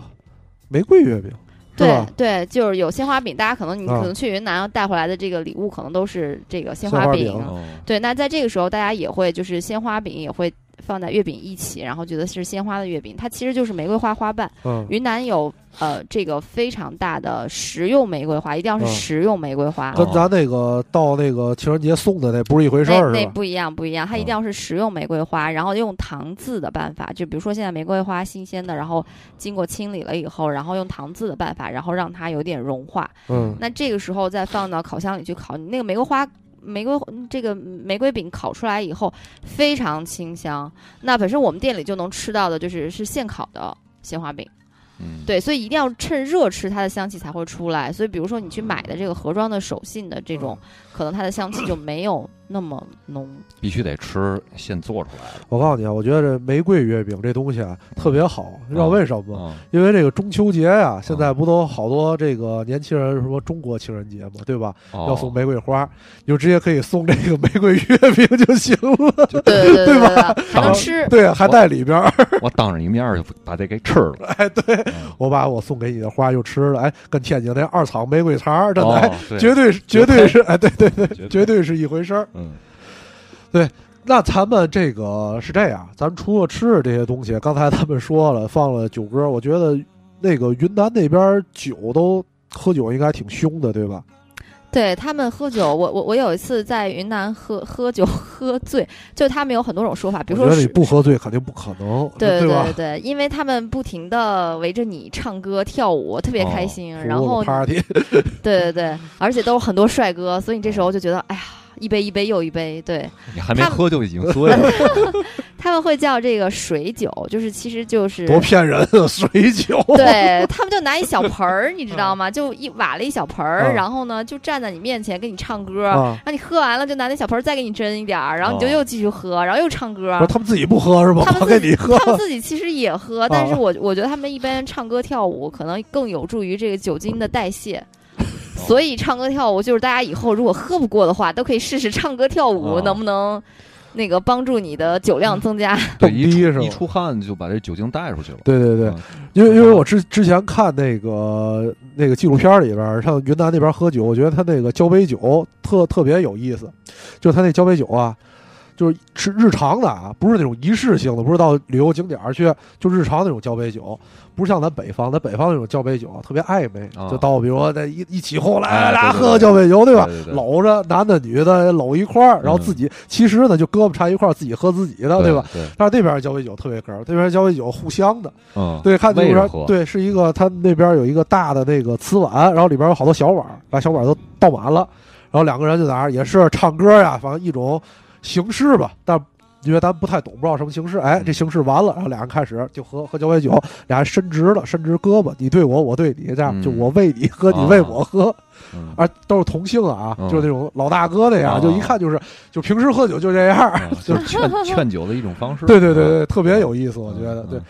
S1: 玫瑰月饼？是
S3: 对
S1: 吧？
S3: 对，就是有鲜花饼，大家可能你
S1: 啊
S3: 可能去云南带回来的这个礼物，可能都是这个鲜
S1: 鲜花
S3: 饼。啊
S1: 饼
S2: 哦
S3: 对，那在这个时候，大家也会就是鲜花饼也会放在月饼一起，然后觉得是鲜花的月饼，它其实就是玫瑰花花瓣。
S1: 嗯
S3: 云南有呃这个非常大的食用玫瑰花，一定要是
S1: 嗯
S3: 食用玫瑰花。
S1: 跟咱那个到那个情人节送的那不是一回事
S3: 那
S1: 儿，是
S3: 那
S1: 吧？嗯
S3: 不一样，不一样，它一定要是食用玫瑰花，然后用糖渍的办法，就比如说现在玫瑰花新鲜的，然后经过清理了以后，然后用糖渍的办法，然后让它有点融化。
S1: 嗯
S3: 那这个时候再放到烤箱里去烤，你那个玫瑰花。玫瑰嗯这个玫瑰饼烤出来以后非常清香，那本身我们店里就能吃到的，就是是现烤的鲜花饼，
S2: 嗯，
S3: 对，所以一定要趁热吃，它的香气才会出来。所以比如说你去买的这个盒装的手信的这种，可能它的香气就没有那么浓。
S2: 必须得吃现做出来的。
S1: 我告诉你啊，我觉得这玫瑰月饼这东西啊特别好，你知道为什么吗？
S2: 嗯，
S1: 因为这个中秋节呀、现在不都好多这个年轻人什么中国情人节嘛，对吧？
S2: 哦
S1: 要送玫瑰花，你就直接可以送这个玫瑰月饼就行了。
S3: 对对对
S1: 对吧
S3: 对， 还
S2: 当
S3: 能吃。
S1: 对，啊还带里边儿。
S2: 哦我当着你面儿就把这给吃 了。
S1: 哎，对
S2: 嗯
S1: 我把我送给你的花又吃了，哎，跟天津那二厂玫瑰茶儿真的，哎，
S2: 哦对
S1: 绝对是绝对是，哎，对对对，
S2: 绝对
S1: 绝对是一回事儿。
S2: 嗯，
S1: 那咱们这个是这样，咱们除了吃的这些东西，刚才他们说了放了酒歌，我觉得那个云南那边酒都喝酒应该挺凶的，对吧？
S3: 对他们喝酒，我我我有一次在云南喝喝酒喝醉，就他们有很多种说法，比
S1: 我
S3: 如
S1: 觉得
S3: 说
S1: 你
S3: 是。
S1: 不喝醉肯定不可能，
S3: 对
S1: 吧
S3: 对？对，因为他们不停的围着你唱歌跳舞，特别开
S2: 哦
S3: 心。
S1: 服
S3: 然
S1: 务
S3: 后
S1: 了 party，
S3: 对对对，而且都是很多帅哥，所以你这时候就觉得，哎呀，一杯一杯又一杯。对
S2: 你还没
S3: 他们
S2: 喝就已经 醉了。
S3: 他们会叫这个水酒，就是其实就是
S1: 多骗人啊！水酒，
S3: 对他们就拿一小盆儿，你知道吗？就一挖了一小盆儿，
S1: 嗯
S3: 然后呢就站在你面前给你唱歌，
S1: 啊，
S3: 然后你喝完了就拿那小盆儿再给你斟一点儿，然后你就
S2: 哦
S3: 又继续喝，然后又唱歌
S1: 不。是他们自己不喝是吧
S3: 他？们
S1: 我
S3: 自
S1: 给
S3: 己
S1: 你喝啊
S3: 他，们自己其实也喝，但是我我觉得他们一般唱歌跳舞可能更有助于这个酒精的代谢。
S1: 哦
S3: 所以唱歌跳舞就是大家以后如果喝不过的话，都可以试试唱歌跳舞
S2: 哦
S3: 能不能那个帮助你的酒量增加。
S2: 对，
S1: 蹦
S2: 一
S1: 迪
S2: 出
S1: 是吧
S2: 一出汗就把这酒精带出去了。
S1: 对对对
S2: 嗯，
S1: 因为因为我之之前看那个那个纪录片里边儿，上云南那边喝酒，我觉得他那个交杯酒特特别有意思，就他那交杯酒啊，就是是日常的啊，不是那种仪式性的，不是到旅游景点儿去，就日常那种交杯酒，不是像咱北方，咱北方那种交杯酒啊特别暧昧，
S2: 啊
S1: 就到比如说在一一起哄来来
S2: 哎
S1: 来
S2: 对对
S1: 喝个
S2: 对
S1: 交杯酒，对吧？
S2: 对对对嗯
S1: 搂着男的女的搂一块儿，然后自己、其实呢就胳膊缠一块儿，自己喝自己的，对吧？？
S2: 对，
S1: 但是那边儿交杯酒特别哏儿，那边儿交杯酒互相的。
S2: 嗯，
S1: 对，看那
S2: 喂着
S1: 边
S2: 喝
S1: 对是一个，他那边有一个大的那个瓷碗，然后里边有好多小碗，把小碗都倒满了，然后两个人就在那儿也是唱歌呀，反正一种形式吧，但。因为咱不太懂，不知道什么形式。哎，这形式完了，然后俩人开始就喝喝交杯酒，俩人伸直了，伸直胳膊，你对我，我对你，这样、
S2: 嗯
S1: 就我喂你喝，你喂我喝，
S2: 嗯
S1: 啊，都是同性啊，
S2: 嗯
S1: 就是那种老大哥那样，
S2: 啊
S1: 就一看就是，就平时喝酒就这样，
S2: 啊就 是劝劝酒的一种方式。
S1: 对对对对，特别有意思，我觉得
S2: 嗯
S1: 对，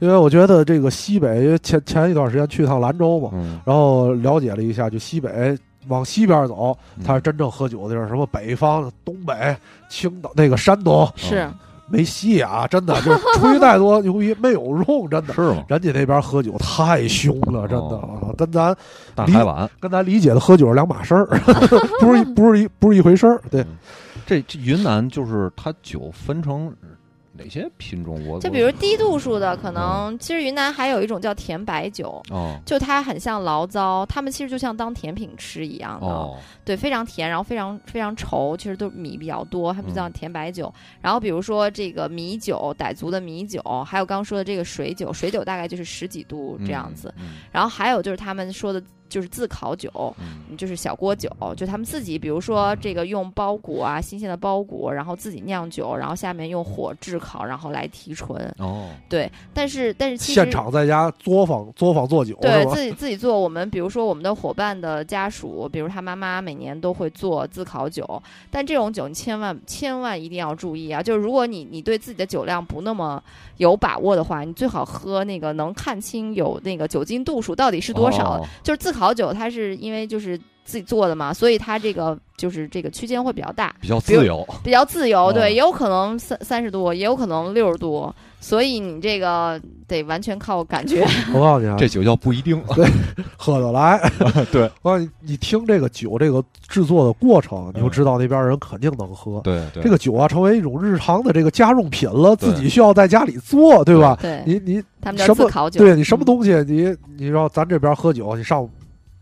S1: 因为我觉得这个西北，因为前前一段时间去趟兰州嘛，
S2: 嗯，
S1: 然后了解了一下，就西北往西边走，
S2: 嗯
S1: 它是真正喝酒的地儿，什么北方、东北、青岛、那个山东
S3: 是
S2: 嗯
S1: 没戏啊，真的 就是吹再多牛逼没有用，真的。
S2: 是吗？
S1: 人家那边喝酒太凶了，真的，
S2: 哦
S1: 我操跟咱
S2: 大海碗，
S1: 跟咱理解的喝酒是两码事儿， 不是一不是一不是一回事儿。对，
S2: 这这云南就是它酒分成哪些品种？我
S3: 就比如低度数的，可能
S1: 嗯
S3: 其实云南还有一种叫甜白酒，
S2: 我哦
S3: 就它很像醪糟，他们其实就像当甜品吃一样的，
S2: 哦，
S3: 对，非常甜，然后非常非常稠，其实都米比较多，他们就叫
S2: 嗯
S3: 甜白酒。然后比如说这个米酒，傣族的米酒，还有刚说的这个水酒，水酒大概就是十几度这样子。
S2: 嗯，
S3: 然后还有就是他们说的就是自烤酒，
S2: 嗯嗯
S3: 就是小锅酒，就他们自己，比如说这个用包谷啊，新鲜的包谷，然后自己酿酒，然后下面用火炙烤，然后来提纯。
S2: 哦，
S3: 对，但是但是其实
S1: 现场在家作坊作坊做酒
S3: 对
S1: 是吧
S3: 自？己自己做，我们比如说我们的伙伴的家属，比如他妈妈，每年都会做自烤酒，但这种酒你千万千万一定要注意啊！就是如果你你对自己的酒量不那么有把握的话，你最好喝那个能看清有那个酒精度数到底是多少。
S2: 哦？
S3: 就是自烤酒，它是因为就是自己做的嘛，所以它这个就是这个区间会比较大，
S2: 比较自由，
S3: 比较自由，
S2: 哦
S3: 对，也有可能三三十度，也有可能六十度，所以你这个得完全靠感 觉。
S1: 我告诉你啊，
S2: 这酒叫不一定。
S1: 喝得来。
S2: 对，
S1: 我告诉你，你听这个酒这个制作的过程，你就
S2: 嗯
S1: 知道那边人肯定能喝。
S2: 对嗯对，
S1: 这个酒啊，成为一种日常的这个家用品了，
S2: 对
S1: 自己需要在家里做，对吧？
S3: 对，
S1: 你你
S3: 他们
S1: 什
S3: 叫
S1: 么
S3: 自烤酒。
S1: 对你什么
S3: 嗯
S1: 东西，你你让咱这边喝酒，你上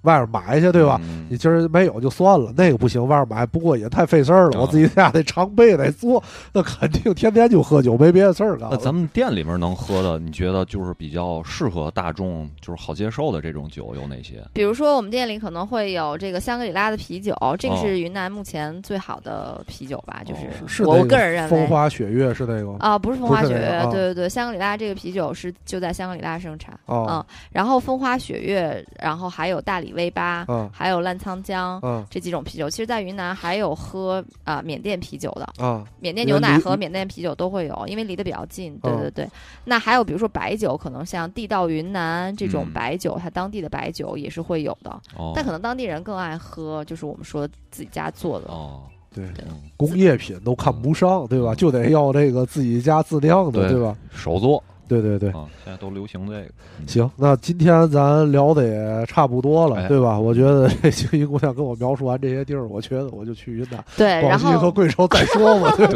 S1: 外边买去，对吧？
S2: 嗯？
S1: 你今儿没有就算了，那个不行，外边买不过也太费事儿了，
S2: 啊
S1: 我自己在家得常备得做，那肯定天天就喝酒，没别的事儿干
S2: 那
S1: 了。
S2: 呃咱们店里面能喝的，你觉得就是比较适合大众，就是好接受的这种酒有哪些？
S3: 比如说，我们店里可能会有这个香格里拉的啤酒，这个
S2: 哦
S3: 是云南目前最好的啤酒吧，就是
S2: 哦
S1: 是
S3: 我
S1: 那
S3: 个人认为
S1: 风花雪月是那个
S3: 啊、不是风
S1: 不
S3: 花
S1: 是
S3: 雪
S1: 那个
S3: 月，
S1: 啊
S3: 对对对，香格里拉这个啤酒是就在香格里拉生产，
S1: 哦
S3: 嗯，然后风花雪月，然后还有大理 V 八、
S1: 嗯
S3: 还有澜沧江。
S1: 嗯
S3: 这几种啤酒，其实，在云南还有喝啊、缅甸啤酒的，
S1: 啊
S3: 缅甸
S1: 因为
S3: 牛奶
S1: 离
S3: 和缅甸啤酒都会有，因为离得比较近。对
S1: 嗯
S3: 对对，那还有比如说白酒，可能像地道云南这种
S2: 嗯
S3: 白酒，它当地的白酒也是会有的。
S2: 哦，
S3: 但可能当地人更爱喝，就是我们说自己家做的。
S2: 哦，
S1: 对
S2: 嗯
S1: 工业品都看不上，对吧？
S3: 嗯
S1: 就得要这个自己家自酿的，
S2: 对
S1: 对吧？
S2: 手作
S1: 对对
S3: 嗯
S1: 对。
S2: 啊，现在都流行这个。
S1: 行，那今天咱聊的也差不多了，
S2: 哎
S1: 对吧？我觉得 这青衣姑娘跟我描述完这些地儿，我觉得我就去云南、
S3: 对，哎
S1: 广
S3: 然
S1: 西和
S3: 后
S1: 贵州再说 吧。对，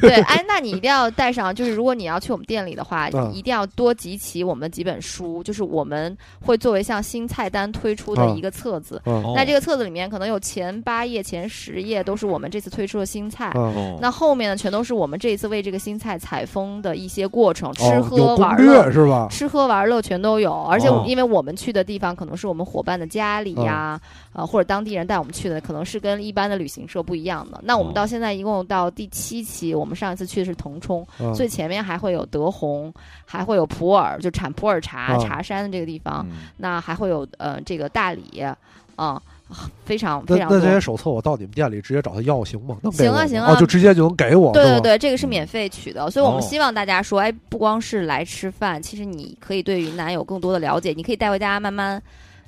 S3: 对，哎，那你一定要带上，就是如果你要去我们店里的话，
S1: 嗯
S3: 一定要多集齐我们的几本书，就是我们会作为像新菜单推出的
S1: 嗯
S3: 一个册子。
S2: 哦
S1: 嗯
S3: 那这个册子里面可能有前八页、前十页都是我们这次推出的新菜。
S1: 嗯，
S2: 哦
S3: 那后面呢，全都是我们这一次为这个新菜采风的一些过程，吃
S1: 哦，有
S3: 喝
S1: 攻
S3: 玩乐
S1: 略是吧？
S3: 吃喝玩乐全都有，而且
S1: 啊哦
S3: 因为我们去的地方可能是我们伙伴的家里呀、啊，
S1: 嗯
S3: 或者当地人带我们去的，可能是跟一般的旅行社不一样的。那我们
S2: 哦
S3: 到现在一共到第七期，我们上一次去的是腾冲，
S1: 嗯
S3: 最前面还会有德宏，还会有普洱，就产普洱茶、
S1: 哦
S3: 茶山的这个地方，
S2: 嗯
S3: 那还会有呃这个大理，啊、非常
S1: 那
S3: 非
S1: 那
S3: 常多。
S1: 这些手册我到你们店里直接找他要行吗？能给
S3: 行啊
S1: 我吗
S3: 行啊
S1: 哦，就直接就能给我，
S3: 对
S1: 是
S3: 对
S1: 吧，
S3: 对，这个是免费取的，所以我们
S2: 哦
S3: 希望大家说，哎，不光是来吃饭，其实你可以对云南有更多的了解，你可以带回家慢慢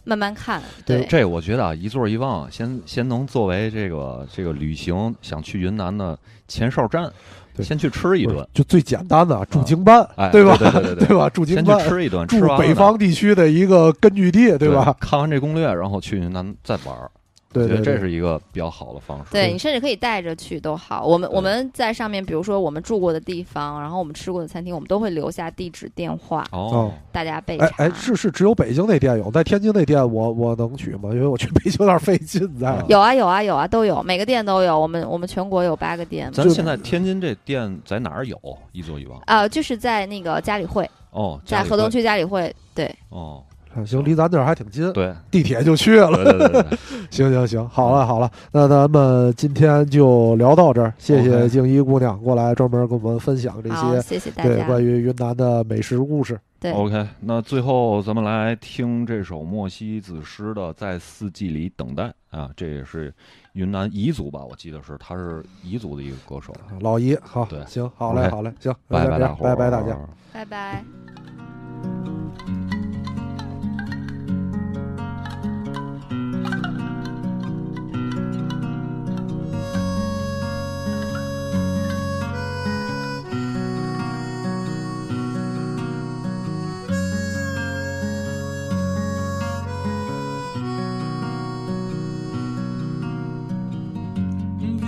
S3: 慢慢看。对，
S2: 这我觉得啊，一座一望，先先能作为这个这个旅行想去云南的前哨站，
S1: 对
S2: 先去吃一
S1: 不
S2: 顿
S1: 是，就最简单的啊驻
S2: 啊
S1: 京办
S2: 哎，，
S1: 吧？
S2: 对对对对
S1: 对吧？驻京
S2: 先
S1: 办
S2: 去吃一顿，
S1: 驻
S2: 吃完了
S1: 北
S2: 呢
S1: 方地区的一个根据地，对吧？？
S2: 看完这攻略，然后去云南再玩儿，
S1: 对
S2: 我觉
S1: 对，
S2: 得这
S1: 对
S2: 是一个比较好的方式。
S3: 对你甚至可以带着去都好。我们
S2: 对
S3: 我们在上面，比如说我们住过的地方，然后我们吃过的餐厅，我们都会留下地址、电话，
S2: 哦，
S3: 大家备查。
S1: 哎哎，是是，只有北京那店有，在天津那店我我能取吗？因为我去 北京有点费劲，在
S2: 啊
S3: 有啊有啊有啊，都有，每个店都有。我们我们全国有八个店。
S2: 咱
S1: 就
S2: 现在天津这店在哪儿有？一座一望
S3: 啊、就是在那个家里会，
S2: 哦，
S3: 在
S2: 家里
S3: 河东
S2: 会
S3: 区家里会，对，
S2: 哦，
S1: 啊行，离咱这儿还挺近，
S2: 对
S1: 地铁就去了。
S2: 对对对对，
S1: 行行行，好了好了，那咱们今天就聊到这儿，谢谢
S2: OK
S1: 静一姑娘过来专门跟我们分享这
S3: 好，
S1: 些
S3: 谢谢大
S1: 对
S3: 家。
S1: 关于云南的美食故事。
S3: 对
S2: OK，那最后咱们来听这首莫西子诗的《在四季里等待》啊，这也是云南彝族吧？我记得是，他是彝族的一个歌手。
S1: 啊老姨，好
S2: 对，
S1: 行，好嘞
S2: OK
S1: 好嘞，行，那
S2: 拜
S1: 先这
S2: 拜大
S1: 样
S2: 伙
S1: 拜
S2: 儿，
S1: 拜大家。
S3: 拜拜。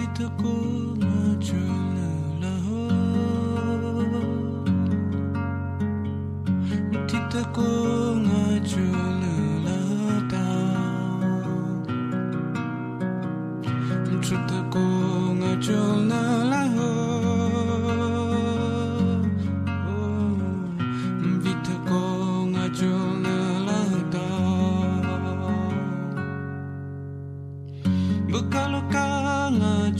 S5: بتكون جنة لها تتكون جنة لها تتكون جنة لها بتكون جنة لها Buka-luka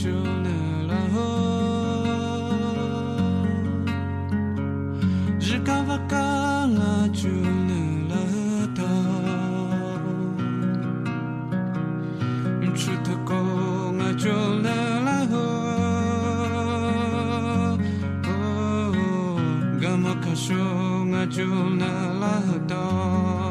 S5: jurnal Jika-waka jurnal Chutako jurnal Gamakasho jurnal